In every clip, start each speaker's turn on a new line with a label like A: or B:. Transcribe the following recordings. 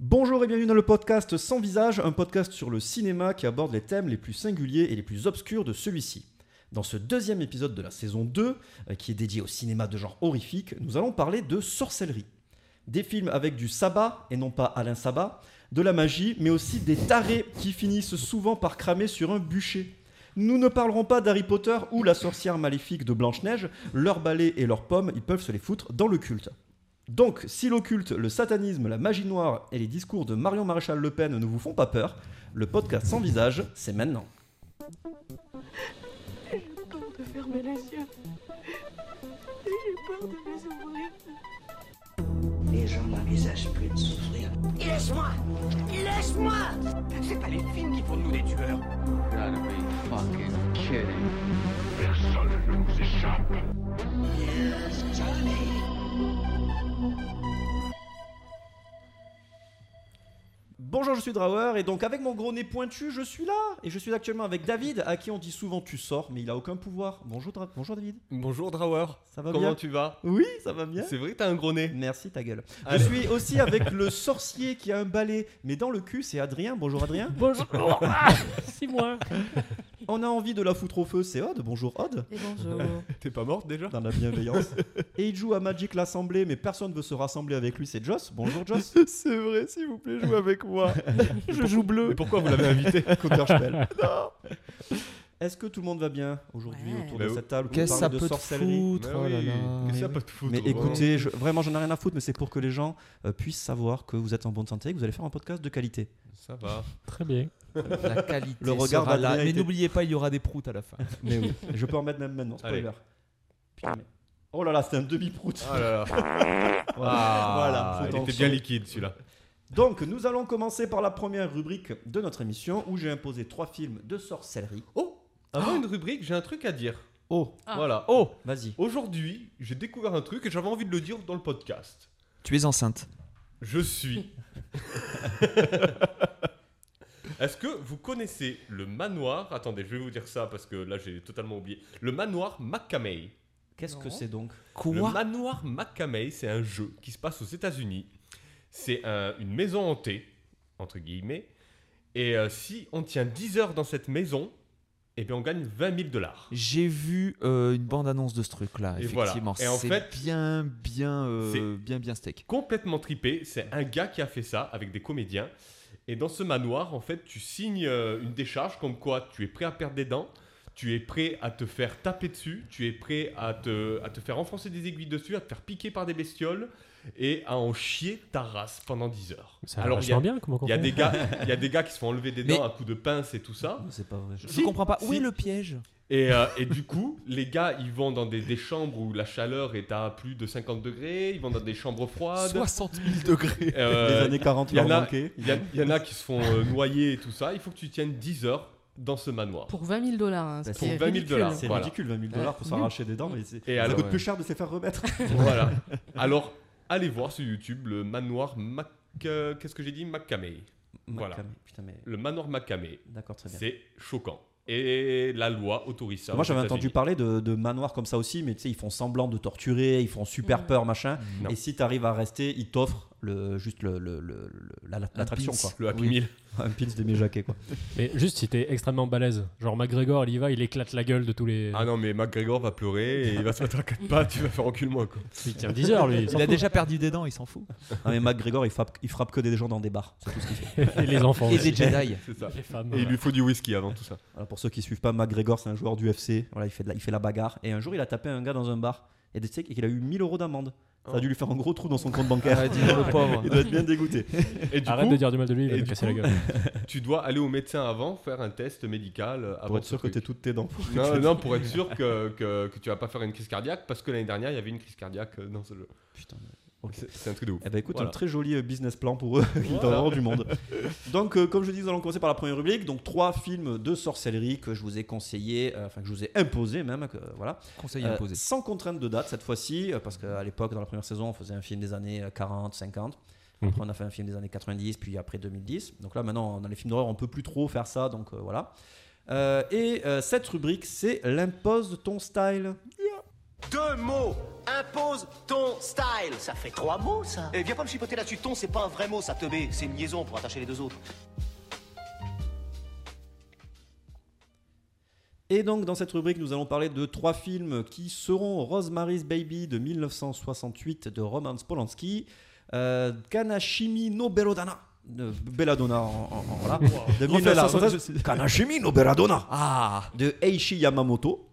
A: Bonjour et bienvenue dans le podcast Sans Visage, un podcast sur le cinéma qui aborde les thèmes les plus singuliers et les plus obscurs de celui-ci. Dans ce deuxième épisode de la saison 2, euh, qui est dédié au cinéma de genre horrifique, nous allons parler de sorcellerie. Des films avec du sabat, et non pas Alain Sabat, de la magie, mais aussi des tarés qui finissent souvent par cramer sur un bûcher. Nous ne parlerons pas d'Harry Potter ou la sorcière maléfique de Blanche-Neige, leurs balais et leurs pommes, ils peuvent se les foutre dans le culte. Donc, si l'occulte, le satanisme, la magie noire et les discours de Marion Maréchal Le Pen ne vous font pas peur, le podcast sans visage, c'est maintenant.
B: J'ai peur de fermer les yeux. Et J'ai peur de les ouvrir.
C: Les gens n'envisagent plus de souffrir.
D: Et Laisse-moi Et Laisse-moi C'est pas les films qui font de nous des tueurs
A: Bonjour, je suis Drawer et donc avec mon gros nez pointu, je suis là et je suis actuellement avec David, à qui on dit souvent tu sors, mais il a aucun pouvoir. Bonjour, Dra- Bonjour David.
E: Bonjour Drawer,
A: Ça va
E: comment
A: bien
E: tu vas
A: Oui, ça va bien.
E: C'est vrai que t'as un gros nez
A: Merci ta gueule.
E: Allez.
A: Je suis aussi avec le sorcier qui a un balai, mais dans le cul, c'est Adrien. Bonjour Adrien.
F: Bonjour, Ah, c'est moi.
A: On a envie de la foutre au feu, c'est Odd. Bonjour Odd.
F: Et bonjour.
E: T'es pas morte déjà
A: Dans la bienveillance. Et il joue à Magic l'Assemblée, mais personne veut se rassembler avec lui, c'est Joss. Bonjour Joss.
E: C'est vrai, s'il vous plaît, jouez avec moi
A: je joue bleu.
E: Mais pourquoi vous l'avez invité
A: Counterspell. Est-ce que tout le monde va bien aujourd'hui
F: Ouais.
A: autour
E: Bah
A: de
E: oui.
A: cette table
G: Qu'est-ce que
A: on
G: ça
A: parle de
G: peut te
A: sorcellerie
G: foutre oh là là.
E: Qu'est-ce que ça peut te foutre oh,
A: mais
E: vraiment
A: écoutez, je- vraiment, j'en ai rien à foutre, mais c'est pour que les gens euh, puissent savoir que vous êtes en bonne santé et que vous allez faire un podcast de qualité.
E: Ça va.
F: Très bien.
G: La qualité
A: Le regard
G: sera
A: d'Adrien
G: là. Mais
A: était-
G: n'oubliez pas, il y aura des proutes à la fin.
A: Mais oui, je peux en mettre même maintenant, spoiler.
E: Allez.
A: Putain, mais- Oh là là, c'est un demi-prout.
E: Ah là là.
A: Voilà,
E: Ah,
A: faut
E: il
A: t'en
E: était bien
A: sauver.
E: liquide celui-là.
A: Donc, nous allons commencer par la première rubrique de notre émission où j'ai imposé trois films de sorcellerie.
E: Oh Avant une rubrique, j'ai un truc à dire.
A: Oh,
F: Ah.
E: Voilà. Oh
A: vas-y.
E: Aujourd'hui, j'ai découvert un truc et j'avais envie de le dire dans le podcast.
G: Tu es enceinte.
E: Je suis. Est-ce que vous connaissez le manoir Attendez, je vais vous dire ça parce que là j'ai totalement oublié. Le manoir McCamey.
A: Qu'est-ce que
G: Non.
A: c'est donc
E: Le manoir McCamey, c'est un jeu qui se passe aux États-Unis. C'est un- une maison hantée, entre guillemets. Et euh, si on tient 10 heures dans cette maison, eh bien on gagne 20 000 dollars.
G: J'ai vu euh, une bande-annonce de ce truc-là,
E: Et voilà.
G: effectivement.
E: Et en
G: c'est
E: fait-
G: bien, bien, euh,
E: C'est-
G: bien, bien steak.
E: Complètement tripé, c'est un gars qui a fait ça avec des comédiens. Et dans ce manoir, en fait, tu signes euh, une décharge comme quoi tu es prêt à perdre des dents, tu es prêt à te faire taper dessus, tu es prêt à te, à te faire enfoncer des aiguilles dessus, à te faire piquer par des bestioles et à en chier ta race pendant 10 heures.
F: Ça
E: Alors,
F: Alors,
E: il y a-
F: bien comment on
E: Il y, a des gars, il y a des gars qui se font enlever des dents
G: Mais-
E: à coups de pince et tout ça.
A: Non, C'est pas vrai.
G: Je
E: Si,
G: comprends pas. Où
E: si.
G: est le piège
E: Et, euh, et du coup, les gars, ils vont dans des, des chambres où la chaleur est à plus de 50 degrés, ils vont dans des chambres froides.
G: 000 degrés.
E: Euh,
A: les années 40
E: il y en
A: leur
E: a-
A: manquaient.
E: Il y, a- il y en a qui se font euh, noyer et tout ça. Il faut que tu tiennes 10 heures dans ce manoir.
H: Pour 20 000 dollars. hein,
A: Bah,
E: pour 20 000 dollars.
A: C'est
E: Voilà.
A: ridicule, 20 000 dollars pour
H: Ouais.
A: s'arracher des dents, mais c'est
E: Et
A: ça
E: alors,
A: coûte
G: ouais.
A: plus cher de se faire remettre.
E: voilà. Alors, allez voir sur YouTube le manoir Mac. euh, Qu'est-ce que j'ai dit Macamé. Voilà.
A: Macamé, Putain, mais
E: Le manoir Macamé.
A: d'accord, très bien.
E: C'est choquant. Et la loi autorise ça.
A: Moi
E: aux
A: j'avais entendu
E: États-Unis.
A: parler de, de manoirs comme ça aussi, mais tu sais, ils font semblant de torturer, ils font super
H: Mhm.
A: peur, machin.
E: Non.
A: Et si t'arrives à rester, ils t'offrent le, juste le, le- le- le- la- la- l'attraction,
G: pins.
A: quoi.
E: Le Happy
G: Oui.
E: Meal.
A: Un pins des mes jaquets, quoi.
F: Mais juste si t'es extrêmement balèze, genre McGregor, il y va, il éclate la gueule de tous les.
E: Ah non, mais McGregor va pleurer et il va se mettre à quatre pattes, il va faire recule-moi quoi.
F: il tient 10 heures lui.
G: Il a déjà perdu des dents, il s'en fout.
A: Non, mais McGregor, il frappe, il frappe que des gens dans des bars. C'est tout ce qu'il fait.
F: Et les enfants.
G: Et
F: aussi.
G: des Jedi.
E: C'est ça.
F: Les femmes.
E: Et il lui faut du whisky avant tout ça.
A: Voilà, pour ceux qui suivent pas, McGregor, c'est un joueur du FC. Voilà, il, fait de la, il fait la bagarre. Et un jour, il a tapé un gars dans un bar. Et tu sais qu'il a eu 1000 euros d'amende. Ça a dû lui faire un gros trou dans son compte bancaire.
G: Ah, dis donc, le pauvre.
A: Il doit être bien dégoûté.
E: Et du
F: Arrête
E: coup,
F: de dire du mal de lui, il va
E: et
F: te
E: du
F: casser la
E: coup-
F: gueule.
E: tu dois aller au médecin avant, faire un test médical euh, avant
A: Pour
E: de
A: être sûr que t'es toutes tes dents.
E: non, non, pour être sûr que, que, que tu vas pas faire une crise cardiaque, parce que l'année dernière, il y avait une crise cardiaque euh, dans ce jeu.
A: Putain. mais- Ok.
E: C'est c'est un truc de ouf.
A: Eh ben écoute,
E: Voilà.
A: un très joli euh, business plan pour eux. Ils doivent avoir du monde. Donc, euh, comme je dis, nous allons commencer par la première rubrique. Donc, trois films de sorcellerie que je vous ai conseillés, euh, enfin que je vous ai imposés même. que- voilà.
G: Conseil
A: Euh,
G: imposé.
A: sans contrainte de date cette fois-ci, euh, parce qu'à l'époque, dans la première saison, on faisait un film des années euh, 40, 50. Après, on a fait un film des années 90, puis après 2010. Donc là, maintenant, dans les films d'horreur, on peut plus trop faire ça. Donc euh, voilà. Euh, et euh, cette rubrique, c'est l'impose ton style.
D: Deux mots Impose ton style Ça fait trois mots, ça Et viens pas me chipoter là-dessus, ton, c'est pas un vrai mot, ça te met, c'est une liaison pour attacher les deux autres.
A: Et donc, dans cette rubrique, nous allons parler de trois films qui seront Rosemary's Baby de 1968 de Roman Polanski, euh, Kanashimi no Belladonna, de Belladonna en, en- en- voilà, de
G: Refais-la,
A: 1968
G: refais-la.
A: Kanashimi no Belladonna ah, de Eishi Yamamoto,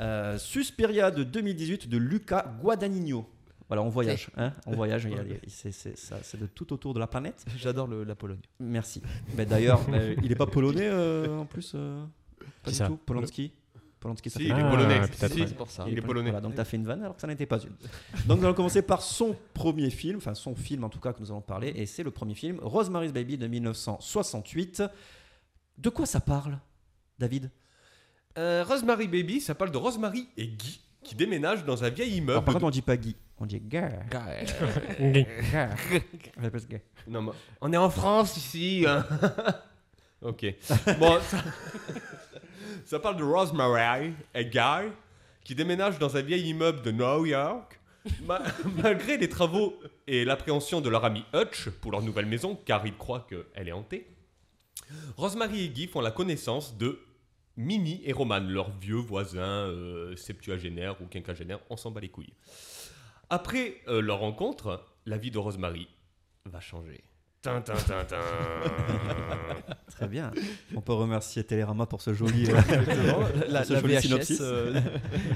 A: euh, Suspiria de 2018 de Luca Guadagnino. Voilà, on voyage, hein, on voyage, il y a- il y a- c'est- c'est ça- c'est de tout autour de la planète.
G: J'adore le- la Pologne.
A: Merci. Mais d'ailleurs, euh, il est pas polonais euh, en plus euh, Pas
F: Qui
A: du
F: ça
A: tout. Polanski Polanski, ça
E: Si,
A: fait
E: il est
A: mal.
E: polonais.
F: putain,
E: Si,
F: ouais.
E: c'est pour ça.
A: Ah,
E: Il est polonais.
A: Voilà, donc t'as fait une vanne alors que ça n'était pas une. Donc nous allons commencer par son premier film, enfin son film en tout cas que nous allons parler, et c'est le premier film, Rosemary's Baby de 1968. De quoi ça parle, David
E: Euh, Rosemary Baby, ça parle de Rosemary et Guy qui déménagent dans un vieil
A: Alors,
E: immeuble.
A: Par contre, on dit pas Guy, on dit gare. Gare. On appelle ça gare.
E: Non, mais on est en France ici. hein. ok. Bon, ça... ça parle de Rosemary et Guy qui déménagent dans un vieil immeuble de New York. Ma- Malgré les travaux et l'appréhension de leur ami Hutch pour leur nouvelle maison, car ils croient qu'elle est hantée, Rosemary et Guy font la connaissance de Minnie et Roman, leurs vieux voisins euh, septuagénaires ou quinquagénaires, on s'en bat les couilles. Après euh, leur rencontre, la vie de Rosemary va changer. Tin, tin, tin, tin.
A: Très bien. On peut remercier Télérama pour ce joli.
G: la,
A: ce joli synopsis.
E: euh,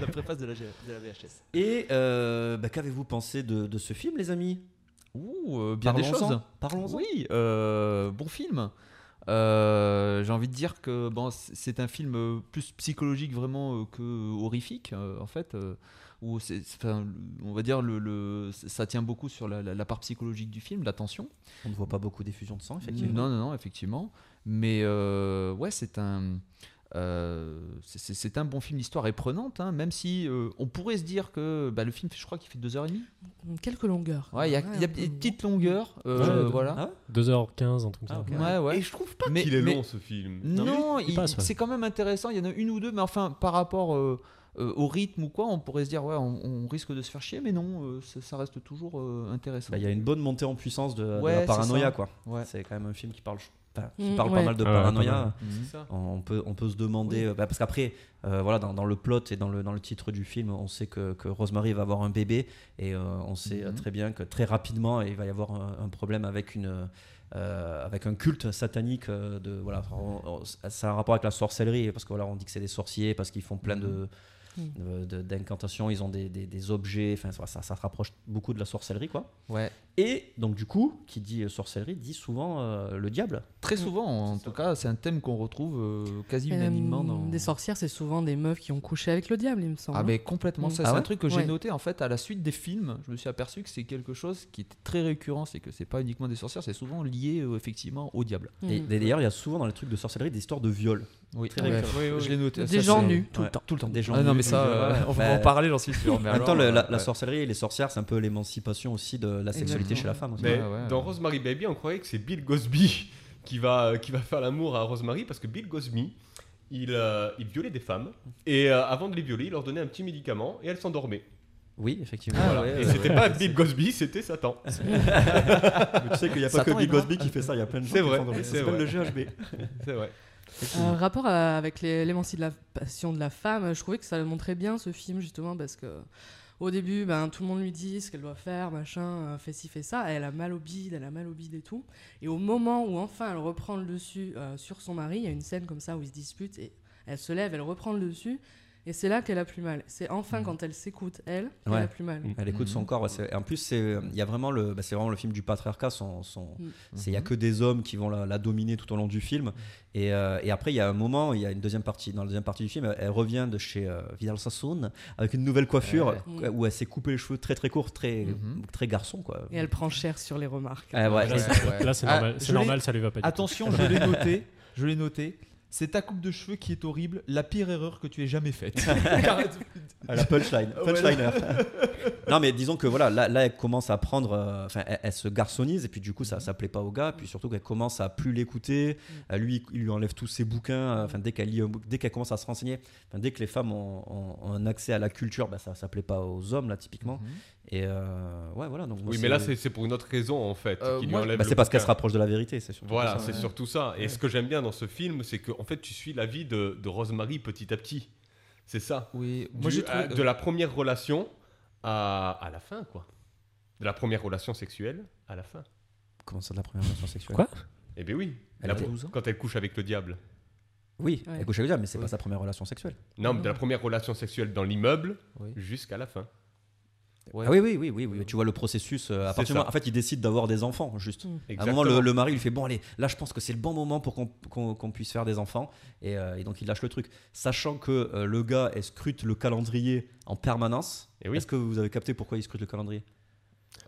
G: la préface de la, G- de la VHS.
A: Et euh, bah, qu'avez-vous pensé de, de ce film, les amis
G: Ouh, euh, bien des
A: Parlons-en.
G: choses.
A: Parlons-en.
G: Oui, euh, bon film. Euh, J'ai envie de dire que bon, c- c'est un film euh, plus psychologique vraiment euh, que horrifique euh, en fait. euh, où c'est- c'est- enfin, le- on va dire le, le- ça tient beaucoup sur la, la- la part psychologique du film, la tension.
A: On ne voit pas beaucoup d'effusions de sang, effectivement.
G: Non, non, non, effectivement. Mais euh, ouais, c'est un. euh, c'est- c'est c'est un bon film, l'histoire est prenante, hein, même si euh, on pourrait se dire que bah, le film, fait- je crois qu'il fait deux heures et demie.
H: Quelques longueurs.
G: Ouais, il y a,
H: Ouais,
G: il y a
H: un peu
G: des
H: long.
G: petites longueurs, euh,
F: Ouais,
G: voilà.
F: 2h15, un truc
A: Ah,
F: comme
A: ok.
F: ça.
G: Ouais, ouais.
E: Et je trouve pas
G: Mais-
E: qu'il est
G: mais-
E: long ce film.
G: Non,
F: il
G: il-
F: passe, ouais.
G: c'est quand même intéressant. Il y en a une ou deux, mais enfin, par rapport euh, euh, au rythme ou quoi, on pourrait se dire, ouais, on, on risque de se faire chier, mais non, euh, ça, ça reste toujours euh, intéressant.
A: Bah, Il y a une bonne montée en puissance de, de
G: Ouais,
A: la
G: c'est
A: paranoïa,
G: ça.
A: quoi.
G: Ouais.
A: C'est quand même un film qui parle, enfin, qui
H: Mm,
A: parle pas
H: ouais.
A: mal de
F: Ah ouais, pas
A: paranoïa.
F: mal.
G: Mhm.
E: C'est ça.
A: on peut, on peut se demander, euh, bah, parce qu'après, euh, voilà, dans, dans le plot et dans le, dans le titre du film, on sait que, que Rosemary va avoir un bébé et euh, on sait euh,
G: Mhm.
A: très bien que très rapidement, il va y avoir un, un problème avec, une, euh, avec un culte satanique. euh, de, voilà, on- on- ça a un rapport avec la sorcellerie, parce que voilà, on dit que c'est des sorciers, parce qu'ils font plein de
H: Mhm.
A: de- de- d'incantations, ils ont des, des- des objets, enfin, ça, ça, ça se rapproche beaucoup de la sorcellerie, quoi.
G: Ouais.
A: Et donc, du coup, qui dit euh, sorcellerie dit souvent euh, le diable.
G: Très souvent, en tout cas, c'est un thème qu'on retrouve euh, quasi
H: Euh,
G: unanimement dans.
H: Des sorcières, c'est souvent des meufs qui ont couché avec le diable, il me semble.
G: Ah, mais complètement.
H: Mm.
G: Ça,
H: Ah
G: c'est
H: ouais
G: un truc que j'ai
H: Ouais.
G: noté en fait à la suite des films. Je me suis aperçu que c'est quelque chose qui était très récurrent, c'est que c'est pas uniquement des sorcières, c'est souvent lié euh, effectivement au diable.
H: Mhm.
A: Et d'ailleurs, il y a souvent dans les trucs de sorcellerie des histoires de viol.
G: Oui,
A: Très Ouais. récurrent.
G: Je l'ai noté.
H: Des
G: ça,
H: gens
G: c'est-
H: nus, tout le temps.
A: Tout le temps. Des gens
G: Ah non,
A: nus,
G: mais ça,
A: des-
G: euh,
A: ouais.
G: on
A: Bah,
G: va en parler, j'en suis sûr.
A: En
G: mais
A: même
G: alors,
A: temps, le- la, la
G: ouais.
A: sorcellerie et les sorcières, c'est un peu l'émancipation aussi de la sexualité
H: Exactement.
A: chez la femme. aussi.
E: Mais
G: Ouais, Ah ouais,
E: dans
G: ouais.
E: Rosemary Baby, on croyait que c'est Bill Gosby qui va, euh, qui va faire l'amour à Rosemary parce que Bill Gosby, il, euh, il violait des femmes et euh, avant de les violer, il leur donnait un petit médicament et elles s'endormaient.
A: Oui, effectivement.
E: Voilà.
A: Ouais,
E: et
A: ouais,
E: c'était
A: Eh ouais.
E: pas Bill Gosby, c'était Satan.
A: Mais tu sais qu'il n'y a pas
G: Satan
A: que Bill
G: est noir.
A: Gosby qui fait ça, il y a plein de gens
E: C'est
A: qui
E: vrai,
A: font dans le-
E: c'est
A: ça s'appelle
E: vrai.
A: le GHB.
E: C'est vrai.
H: Euh, rapport à- avec les- l'émancipation de la femme, je trouvais que ça le montrait bien ce film justement parce que au début, ben, tout le monde lui dit ce qu'elle doit faire, machin, euh, fais ci, fais ça. Elle a mal au bide, elle a mal au bide et tout. Et au moment où enfin elle reprend le dessus euh, sur son mari, il y a une scène comme ça où ils se disputent et elle se lève, elle reprend le dessus. Et c'est là qu'elle a plus mal. C'est
G: Mmh.
H: enfin quand elle s'écoute, elle, qu'elle
A: Ouais.
H: a plus mal.
E: Mm.
A: Elle écoute son corps. ouais, c'est- en plus, c'est il y a vraiment le, bah, c'est vraiment le film du patriarcat. Son, son-
H: Mm.
A: c'est il y a que des hommes qui vont la, la dominer tout au long du film. Et, euh, et après, il y a un moment, il y a une deuxième partie. Dans la deuxième partie du film, elle- elle revient de chez euh, Vidal Sassoon avec une nouvelle coiffure
H: Ouais.
A: où elle s'est coupée les cheveux très très courts, très
G: Mhm.
A: très garçon quoi.
H: Et elle prend cher sur les remarques.
A: Ah, ouais,
F: Là,
A: et-
F: c'est- Là, c'est
G: Ah,
F: normal,
G: je
F: c'est
G: l'ai-
F: normal, ça lui va pas du tout.
G: Attention, je l'ai noté. Je l'ai noté. c'est ta coupe de cheveux qui est horrible, la pire erreur que tu aies jamais faite. Car-
A: À la punchline.
G: Ouais.
A: Punchliner. non, mais disons que voilà, là, là, elle commence à prendre. euh, Enfin, elle, elle se garçonnise, et puis du coup, ça, ça plaît pas au gars. Puis surtout qu'elle commence à plus l'écouter. Euh, Lui, il lui enlève tous ses bouquins. euh, Enfin, dès qu'elle lit un bouc- dès qu'elle commence à se renseigner, enfin, dès que les femmes ont, ont- ont un accès à la culture, bah, ça, ça plaît pas aux hommes, là,
G: Mm.
A: typiquement. Et euh, ouais, voilà. Donc, moi,
E: Oui, mais là, c'est c'est pour une autre raison, en fait.
G: Euh,
E: qui lui
G: moi,
E: enlève
A: Bah,
E: le
A: c'est parce qu'elle se
E: bouquin.
A: rapproche de la vérité, c'est surtout.
E: Voilà,
A: ça,
E: c'est
A: ouais.
E: surtout ça. Et ce que j'aime bien dans ce film, c'est que en fait, tu suis la vie de, de Rosemary petit à petit. C'est ça.
G: Oui,
E: Du-
G: moi j'ai trouvé.
E: à- de la première relation à, à la fin, quoi. De la première relation sexuelle à la fin.
A: Comment ça, de la première relation sexuelle
F: Quoi
E: Eh ben oui.
A: Elle
E: La
A: avait
E: pro-
G: 12 ans.
E: Quand elle couche avec le diable.
A: Oui,
H: Ouais.
A: elle couche avec le diable, mais c'est
G: Oui.
A: pas sa première relation sexuelle.
E: Non, mais de la première relation sexuelle dans l'immeuble
G: Oui.
E: jusqu'à la fin.
G: Ouais.
A: Ah oui, oui, oui, oui, oui, Tu vois le processus. euh, à
E: C'est
A: partir du
E: ça.
A: moment- en fait, il décide d'avoir des enfants, juste. À un
E: Exactement.
A: moment, le, le mari, il fait Bon, allez, là, je pense que c'est le bon moment pour qu'on qu'on- qu'on puisse faire des enfants. Et, euh, et donc, il lâche le truc. Sachant que euh, le gars, elle scrute le calendrier en permanence.
E: Eh oui.
A: Est-ce que vous avez capté pourquoi il scrute le calendrier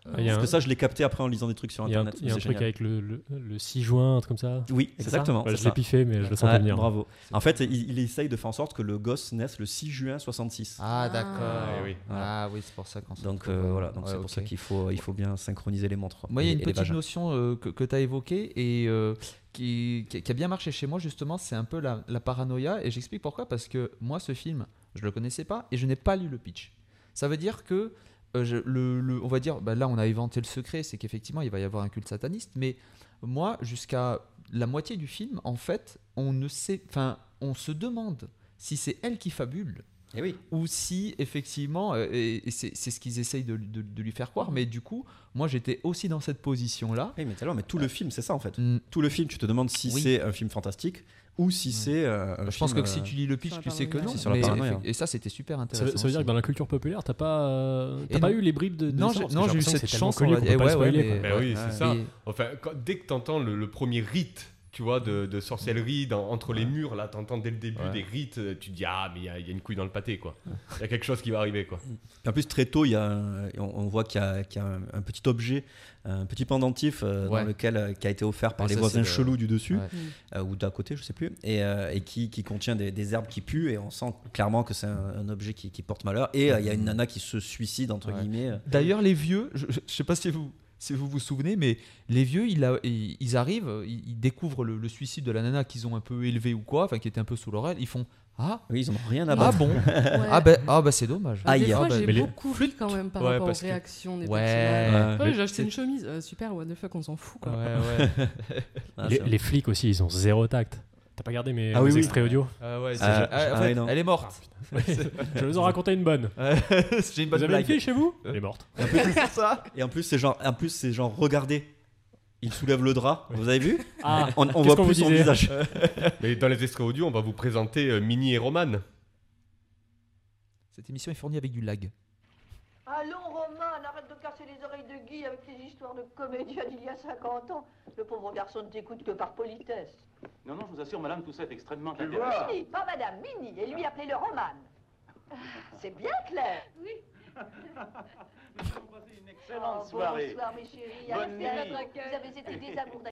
F: Il y a
A: Parce
G: Hein
F: un,
A: que ça, je l'ai capté après en lisant des trucs sur
F: il y a un-
A: Internet.
F: il y a un
A: c'est
F: truc
A: génial.
F: avec le, le, le 6 juin, un truc comme ça.
A: Oui,
F: C'est ça
A: exactement.
F: Ouais,
A: c'est
F: je l'ai
A: ça.
F: piffé, mais je le sentais
A: Ouais,
F: venir.
A: Bravo. En fait, il, il essaye de faire en sorte que le gosse naisse le 6 juin 66.
G: Ah
E: Ah,
G: d'accord.
E: eh oui.
G: Ah oui, c'est pour ça qu'on. se
A: Donc
G: retrouve,
A: euh,
G: euh,
A: voilà, donc
G: ouais,
A: c'est pour
G: ok.
A: ça qu'il faut, il faut bien synchroniser les montres.
G: Moi, il y a
A: et-
G: une
A: et les
G: petite
A: vagins.
G: notion euh, que, tu as évoquée et euh, qui, qui- qui a bien marché chez moi, justement, c'est un peu la, la paranoïa. Et j'explique pourquoi, parce que moi, ce film, je le connaissais pas et je n'ai pas lu le pitch. Ça veut dire que, euh, je- le, le- on va dire, bah, là, on a inventé le secret, c'est qu'effectivement, il va y avoir un culte sataniste, mais moi, jusqu'à la moitié du film, en fait, on ne sait, enfin, on se demande si c'est elle qui fabule
A: Eh oui.
G: ou si effectivement, euh, et, et c'est c'est ce qu'ils essayent de, de- de lui faire croire, mais du coup, moi j'étais aussi dans cette position-là.
A: Oui, mais t'as l'air, mais tout le film, c'est ça en fait.
G: Mm.
A: Tout le film, tu te demandes si
G: Oui.
A: c'est un film fantastique ou si c'est euh, un
G: Je pense que,
A: film,
G: si
A: euh,
G: tu lis le pitch,
H: sur la
G: tu sais que
H: paranoïa.
G: non.
A: C'est sur la
G: mais-
A: paranoïa.
G: Et ça, c'était super
F: Ça,
G: intéressant.
F: veut- ça veut dire
G: aussi.
F: que dans la culture populaire, t'as pas, euh,
G: Et
F: t'as pas
G: non.
F: eu les bribes de. de
G: non,
F: ça,
G: j'ai-
F: parce que
G: non,
F: j'ai
G: j'ai eu
F: l'impression que
G: cette
F: c'est tellement
G: chance.
F: connu
G: on va
F: qu'on
G: dire. Eh
F: peut pas le
G: ouais,
F: spoiler,
G: ouais,
F: quoi.
E: Ben oui,
A: Ouais.
E: c'est ça.
G: mais-
E: Enfin, quand- dès que t'entends le, le premier rite, tu vois, de, de sorcellerie dans- entre les murs, là, t'entends dès le début
G: Ouais.
E: des rites, euh, tu te dis, ah, mais il y, a- il y a une couille dans le pâté, quoi. Il y a quelque chose qui va arriver, quoi.
A: En plus, très tôt, il y a un- on, on voit qu'il y a, qu'il y a un, un petit objet, un petit pendentif euh,
G: Ouais.
A: dans lequel euh, qui a été offert par
G: Ouais,
A: les
G: ça,
A: voisins
G: c'est le-
A: chelous du dessus
G: Ouais.
A: euh, ou d'à côté, je sais plus, et, euh, et qui, qui contient des, des herbes qui puent et on sent clairement que c'est un, un objet qui, qui porte malheur. Et euh, il y a une nana qui se suicide entre
G: Ouais.
A: guillemets. euh,
G: D'ailleurs, les vieux, je, je sais pas si vous si vous vous souvenez, mais les vieux, ils, a- ils ils arrivent, ils, ils découvrent le, le suicide de la nana qu'ils ont un peu élevé ou quoi, enfin qui était un peu sous leur aile, ils font ah
A: Oui, ils n'ont rien à
G: ah
A: battre.
G: bon
H: Ouais.
G: ah ben ah ben c'est dommage.
H: Bah,
A: Aïe.
H: Des fois,
G: Ah, bah,
H: j'ai
F: mais les-
H: beaucoup ri quand même par
G: Ouais,
H: rapport aux
G: parce que-
H: réactions des
G: Ouais.
H: personnages.
A: Ouais.
H: Ouais,
A: Mais
H: j'ai acheté
A: c'est-
H: une chemise. Euh, super, what the fuck, on s'en fout
G: Ouais,
H: quoi.
G: ouais.
A: Ah,
F: Les,
A: c'est vrai.
F: les flics aussi, ils ont zéro tact. T'as pas gardé mes,
A: Ah
F: mes
A: oui, oui.
F: extraits audio
G: Ah ouais, c'est-
A: Ah,
G: ah, en
A: ah,
G: fait,
A: ouais, non.
G: elle est morte.
F: Je vous en racontais une bonne.
G: J'ai une bonne
F: vous avez une
G: blague.
F: fille chez vous Elle est morte.
G: ça
A: Et en plus, c'est genre, en plus, c'est genre, regardez, il soulève le drap. Vous avez vu
F: Ah,
A: On, on
F: Qu'est-ce
A: voit
F: qu'on
A: plus
F: vous
A: son
F: disait
A: visage.
E: Mais dans les extraits audio, on va vous présenter euh, Minnie et Roman.
G: Cette émission est fournie avec du lag.
B: Allons, Romain, arrête de casser les oreilles de Guy avec tes histoires de comédien d'il y a 50 ans. Le pauvre garçon ne t'écoute que par politesse.
D: Non, non, je vous assure, madame, tout ça est extrêmement
B: Mini, pas madame, Mini, et lui appelez le Roman. C'est bien clair. Oui.
D: Excellente soirée.
B: Oh, Bonsoir, mes chéris.
D: Bonne
B: Restez à
D: nuit.
B: votre accueil. Vous avez été des amours d'accueil.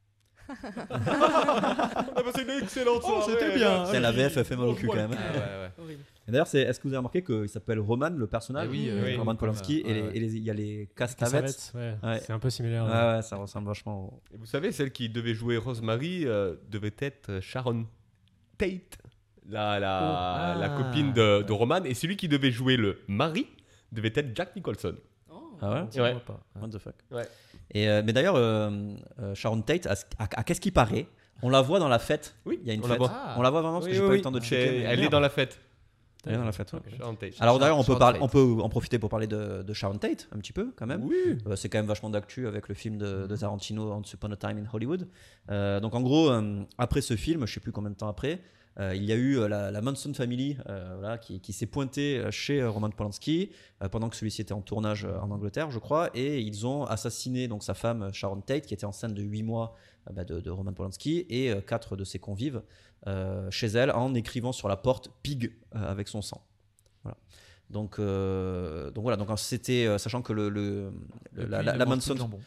E: Ah bah c'est une excellente soirée. eh ben.
G: c'était bien.
A: Putain, la VF, elle fait mal au cul quand même.
E: Ah
H: Horrible.
A: Et D'ailleurs, c'est- est-ce que vous avez remarqué qu'il s'appelle Roman, le personnage
G: oui,
H: euh,
E: Eh oui.
A: Roman Polanski,
G: Ouais,
A: et les-
G: ouais.
A: et les- il y a les castavettes.
F: Cassavetes, ouais.
A: Ouais. Ah
F: C'est un peu similaire. Ah ouais.
A: Ouais, ouais, ça ressemble vachement au.
E: Et vous savez, celle qui devait jouer Rosemary euh, devait être euh, Sharon Tate, la, la,
G: Oh.
E: la
G: Ah.
E: copine de, de Roman. Et celui qui devait jouer le mari devait être Jack Nicholson.
H: Oh.
A: Ah ouais
G: Ça, on
E: Ouais.
G: voit pas.
A: What the fuck.
E: Ouais.
A: Et, euh, mais d'ailleurs, euh, euh, Sharon Tate, à, ce- à- à qu'est-ce qui paraît on la voit dans la fête.
E: Oui,
A: il y a une
E: on la
A: fête.
E: voit.
G: Ah.
A: On la voit vraiment parce que
E: Oui,
A: j'ai
E: oui,
A: pas eu
E: oui.
A: le temps de
E: C'est-
A: checker. mais
E: Elle est
A: merde. Ah,
E: dans la fête.
A: Elle est dans la fête. ouais.
E: Sharon Tate.
A: Alors d'ailleurs, on peut
G: Sharon
A: parler,
G: Tate.
A: on peut en profiter pour parler de, de Sharon Tate un petit peu quand même.
E: Oui.
A: Euh, c'est quand même vachement d'actu avec le film de, de Tarantino Once Upon a Time in Hollywood. Euh, donc en gros, euh, après ce film, je sais plus combien de temps après, euh, il y a eu euh, la, la Manson Family euh, voilà, qui, qui s'est pointée euh, chez euh, Roman Polanski euh, pendant que celui-ci était en tournage euh, en Angleterre, je crois, et ils ont assassiné donc sa femme euh, Sharon Tate qui était enceinte de 8 mois euh, bah, de, de Roman Polanski et euh, quatre de ses convives euh, chez elle en écrivant sur la porte Pig euh, avec son sang. Voilà. Donc, euh, donc voilà, donc c'était euh, sachant que le, le- le-
G: Et
A: la,
G: puis,
A: la,
G: il
A: la
G: mange plus
A: Manson,
G: de jambon.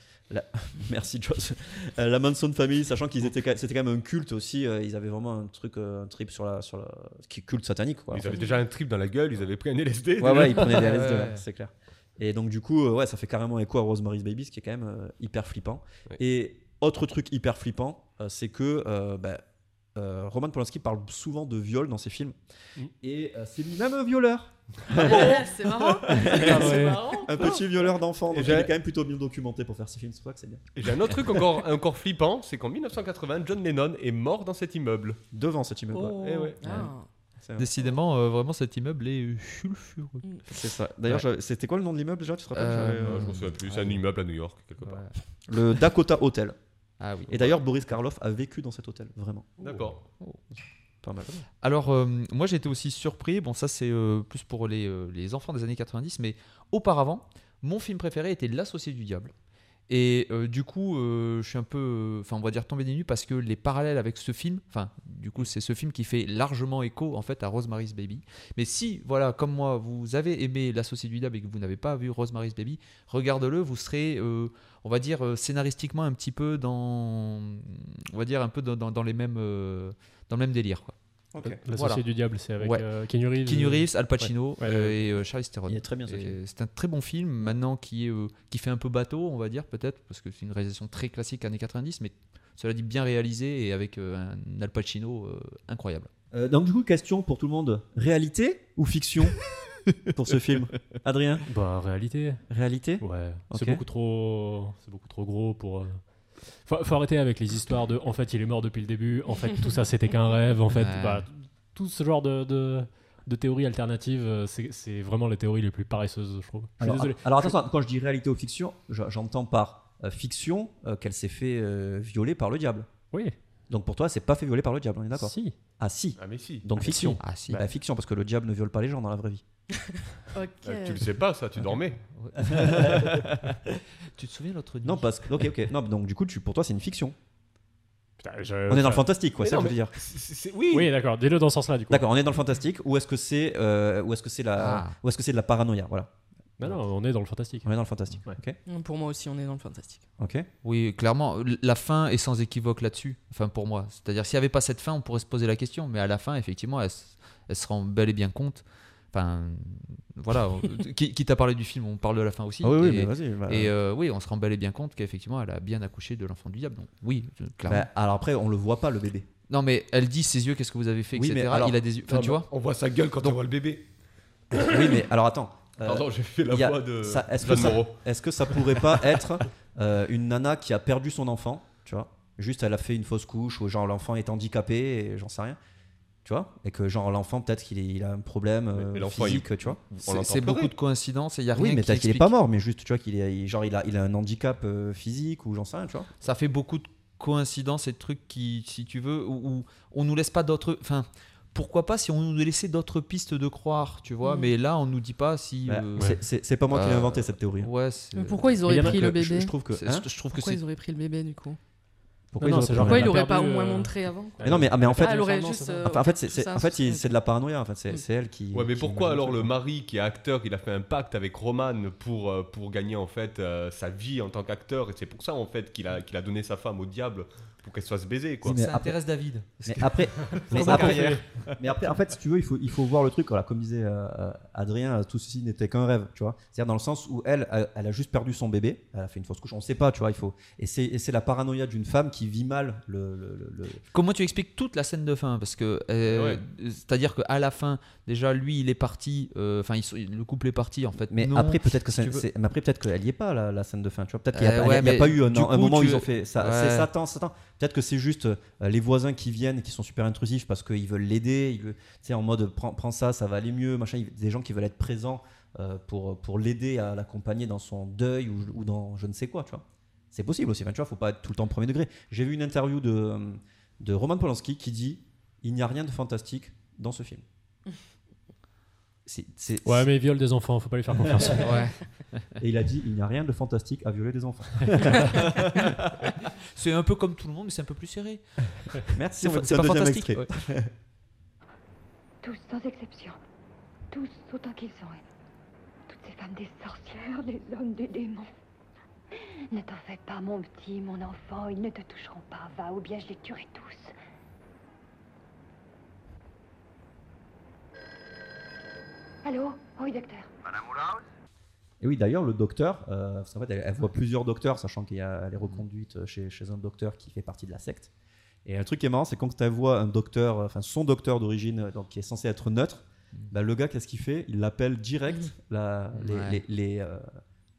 A: merci Joss, Euh, la Manson Family, sachant qu'ils étaient, ca- c'était quand même un culte aussi, euh, ils avaient vraiment un truc, euh, un trip sur la, sur la, qui culte satanique quoi.
E: Ils avaient déjà un trip dans la gueule, ils avaient pris un LSD.
A: Ouais,
E: déjà.
A: ouais, ils prenaient des
G: Ouais,
A: LSD,
G: ouais,
A: ouais,
G: ouais.
A: c'est clair. Et donc, du coup, euh, ouais, ça fait carrément écho à Rosemary's Baby, ce qui est quand même euh, hyper flippant.
E: Ouais.
A: Et autre truc hyper flippant, euh, c'est que euh, bah, euh, Roman Polanski parle souvent de viol dans ses films.
E: Mhm.
A: Et euh, c'est lui-même un violeur.
H: c'est marrant.
F: Ah ouais.
H: c'est marrant.
A: Un petit violeur d'enfant.
E: Et
A: Donc, il
E: j'ai-
A: est quand même plutôt bien documenté pour faire ses films, c'est pour ça que c'est bien.
E: Et J'ai un autre truc encore, encore flippant, c'est qu'en 1980, John Lennon est mort dans cet immeuble.
A: Devant cet immeuble.
H: Oh.
A: bah, ouais.
E: Eh ouais.
H: Ah.
A: C'est-
G: Décidément, euh, vraiment, cet immeuble est sulfureux.
A: C'est ça. D'ailleurs, j'avais- c'était quoi le nom de l'immeuble déjà Tu te rappelles
G: Euh,
A: J'avais, euh,
E: Ah, je m'en souviens plus, c'est un immeuble à New York, quelque part.
G: Ouais.
A: Le Dakota Hotel.
G: Ah oui.
A: Et d'ailleurs, Boris Karloff a vécu dans cet hôtel, vraiment.
E: D'accord.
A: Pas mal.
G: Alors, euh, moi j'étais aussi surpris, bon, ça c'est euh, plus pour les, euh, les enfants des années 90, mais auparavant, mon film préféré était L'Associé du Diable. Et euh, du coup, euh, je suis un peu, euh, enfin, on va dire tombé des nues parce que les parallèles avec ce film, enfin, du coup, c'est ce film qui fait largement écho en fait à Rosemary's Baby. Mais si, voilà, comme moi, vous avez aimé L'Associé du Diable et que vous n'avez pas vu Rosemary's Baby, regarde-le, vous serez, euh, on va dire, euh, scénaristiquement un petit peu dans, on va dire, un peu dans, dans- dans les mêmes, euh, dans le même délire, quoi.
F: La
G: Voilà.
F: Société du Diable, c'est avec
G: Ouais.
F: euh, Keanu Reeves.
G: Keanu Reeves, Al Pacino
F: Ouais, ouais,
G: euh,
F: ouais.
G: et euh, Charlize Theron.
A: Il est très bien ce
G: Et
A: film.
G: C'est un très bon film maintenant qui, est, euh, qui fait un peu bateau, on va dire peut-être, parce que c'est une réalisation très classique années 90, mais cela dit bien réalisé et avec euh, un Al Pacino euh, incroyable.
A: Euh, donc du coup, question pour tout le monde. Réalité ou fiction pour ce film Adrien,
F: Bah, réalité.
A: réalité
F: Ouais.
A: Ok.
F: C'est beaucoup trop. C'est beaucoup trop gros pour. euh, Faut, faut arrêter avec les histoires de. En fait, il est mort depuis le début. En fait, tout ça, c'était qu'un rêve. En fait,
G: Ouais.
F: bah, tout ce genre de. de... de théories alternatives, euh, c'est c'est vraiment les théories les plus paresseuses, je trouve. Je suis
A: alors,
F: désolé.
A: alors, attention, quand je dis réalité ou fiction, je- j'entends par euh, fiction euh, qu'elle s'est fait euh, violer par le diable.
F: Oui,
A: Donc pour toi, c'est pas fait violer par le diable, on est d'accord
F: si.
A: Ah si,
E: Ah mais si.
A: donc fiction.
G: Ah si.
A: Bah, fiction parce que le diable ne viole pas les gens dans la vraie vie.
H: Ok.
A: Ah,
E: Euh, tu le sais pas ça, tu dormais.
G: tu te souviens l'autre nuit
A: Non parce que ok ok non donc du coup tu, pour toi c'est une fiction.
F: Putain, je-
A: On est dans le fantastique quoi,
E: Mais
A: c'est Euh, ça
E: non,
A: que je veux dire.
E: C'est- c'est- Oui.
F: Oui, d'accord, dis-le dans ce sens-là, du coup.
A: D'accord, on est dans le fantastique ou est-ce que c'est euh, ou est-ce que c'est la
G: Ah.
A: ou est-ce que c'est de la paranoïa voilà.
F: Non, non, on est dans le fantastique.
A: On est dans le fantastique.
F: Ouais.
A: Ok
H: Pour moi aussi, on est dans le fantastique.
A: ok.
G: Ah Oui, clairement, l- la fin est sans équivoque là-dessus, enfin pour moi. C'est-à-dire, s'il n'y avait pas cette fin, on pourrait se poser la question, mais à la fin, effectivement, elle, s- elle se rend bel et bien compte. Enfin, voilà, qui- quitte à parler du film, on parle de la fin aussi.
A: Ah oui oui
G: Et-
A: mais vas-y. bah,
G: Et euh, oui, on se rend bel et bien compte qu'effectivement, elle a bien accouché de l'enfant du diable. Donc, oui, je- clairement.
A: bah, alors après on le voit pas le bébé.
G: non, mais elle dit ses yeux, qu'est-ce que vous avez fait,
A: Oui,
G: etc.
A: mais alors-
G: Il a des yeux. Enfin, tu vois
E: On voit sa gueule quand on voit le bébé.
A: Oui, mais alors attends. euh,
E: Pardon, j'ai fait la
A: il y a-
E: voix de
A: ça- est-ce que
E: John
A: ça-
E: Moreau.
A: Est-ce que ça pourrait pas être euh, une nana qui a perdu son enfant, tu vois Juste, elle a fait une fausse couche, ou genre l'enfant est handicapé, et j'en sais rien, tu vois Et que genre l'enfant, peut-être qu'il est- il a un problème euh,
E: Mais l'enfant,
A: physique, tu vois
E: On
G: C'est
E: l'entend
G: c'est
E: pleurer.
G: beaucoup de coïncidences et il n'y a rien
A: Oui, mais
G: qui
A: peut-être qu'il est
G: explique.
A: pas mort, mais juste, tu vois, qu'il est, il- genre il a, il a un handicap euh, physique, ou j'en sais rien, tu vois
G: Ça fait beaucoup de coïncidences et de trucs qui, si tu veux, où, où on nous laisse pas d'autres. Enfin, pourquoi pas si on nous laissait d'autres pistes de croire, tu vois
H: Mhm.
G: Mais là, on nous dit pas si.
A: Bah,
G: euh,
A: c'est- C'est c'est pas moi qui l'ai
G: euh,
A: inventé cette théorie. hein.
G: Ouais, c'est-
H: Mais pourquoi ils auraient
F: il y en a
H: pris
A: Que
H: le
A: je-
H: bébé
A: Je, trouve que.
G: c'est-
A: hein
G: je trouve que
H: Pourquoi
G: c'est.
H: ils auraient pris le bébé du coup
A: Pourquoi
F: Non, non,
A: ils
F: c'est
A: auraient
F: genre-
A: pris un-
F: elle
H: Pourquoi ils
F: a
H: l'auraient pas au
F: perdu,
H: moins
F: euh,
H: montré avant quoi
A: Mais non, mais, ah, mais en fait,
H: Ah, elle aurait
F: Enfin, non,
H: juste.
F: ça-
H: euh,
A: enfin, en fait, c'est-
H: ça,
A: c'est en
H: ça,
A: fait,
H: ça,
A: il-
H: ça.
A: c'est de la paranoïa, en fait, c'est
H: Mm.
A: c'est elle qui.
E: Ouais, mais
A: qui
E: pourquoi
A: imagine
E: alors
A: truc,
E: le
A: quoi.
E: mari qui est acteur, il a fait un pacte avec Roman pour, euh, pour gagner en fait euh, sa vie en tant qu'acteur et c'est pour ça en fait qu'il a, qu'il a donné sa femme au diable pour qu'elle se fasse baiser quoi.
A: Oui, mais
G: Ça
A: après-
G: intéresse David.
A: Mais après, mais
G: sa
A: après-
G: carrière.
A: mais après, en fait, si tu veux, il faut, il faut voir le truc. Voilà, comme disait euh, euh, Adrien, tout ceci n'était qu'un rêve, tu vois. C'est-à-dire dans le sens où elle, elle, elle a juste perdu son bébé, elle a fait une fausse couche. On ne sait pas, tu vois. Il faut. Et c'est, et c'est la paranoïa d'une femme qui vit mal le. le- le- le-
G: Comment tu expliques toute la scène de fin Parce que euh, c'est-à-dire qu'à la fin, déjà lui il est parti, euh, enfin ils sont- le couple est parti en fait.
A: Mais
G: Non.
A: après, peut-être que
G: si
A: c'est,
G: tu veux.
A: c'est- mais après peut-être qu'elle n'y est pas la, la scène de fin. Tu vois, peut-être qu'il n'y a,
G: Euh,
A: pas- il y a-
G: ouais,
A: il y a
G: mais
A: pas eu un,
G: du
A: un
G: coup,
A: moment où
G: tu-
A: ils ont fait ça.
G: Ouais.
A: C'est Satan, Satan. Peut-être que c'est juste euh, les voisins qui viennent, qui sont super intrusifs parce qu'ils veulent l'aider. Ils, le- tu sais, en mode prends, prends ça, ça va aller mieux, machin. Il- Des gens qui veulent être présents euh, pour, pour l'aider à l'accompagner dans son deuil ou, ou dans je ne sais quoi, tu vois. C'est possible aussi. Enfin, tu vois, faut pas être tout le temps premier degré. J'ai vu une interview de, euh, de Roman Polanski qui dit il n'y a rien de fantastique dans ce film. C'est, c'est,
F: Ouais, mais viol des enfants, faut pas lui faire confiance.
G: Ouais.
A: et il a dit il n'y a rien de fantastique à violer des enfants.
G: C'est un peu comme tout le monde, mais c'est un peu plus serré.
A: Merci.
G: C'est fa- c'est pas fantastique. ouais.
I: Tous, sans exception. Tous, autant qu'ils sont. Ces femmes des sorcières, les hommes des démons. Ne t'en fais pas, mon petit, mon enfant, ils ne te toucheront pas, va, ou bien je les tuerai tous. Allô Oui, docteur.
A: Et oui, d'ailleurs, le docteur, euh, parce qu'en fait, elle, elle voit plusieurs docteurs, sachant qu'elle est reconduite euh, chez, chez un docteur qui fait partie de la secte. Et un truc qui est marrant, c'est quand elle voit un docteur, euh, enfin son docteur d'origine, euh, donc qui est censé être neutre,
G: Mm.
A: bah, le gars, qu'est-ce qu'il fait Il l'appelle direct la- les,
G: Ouais.
A: les- les, euh,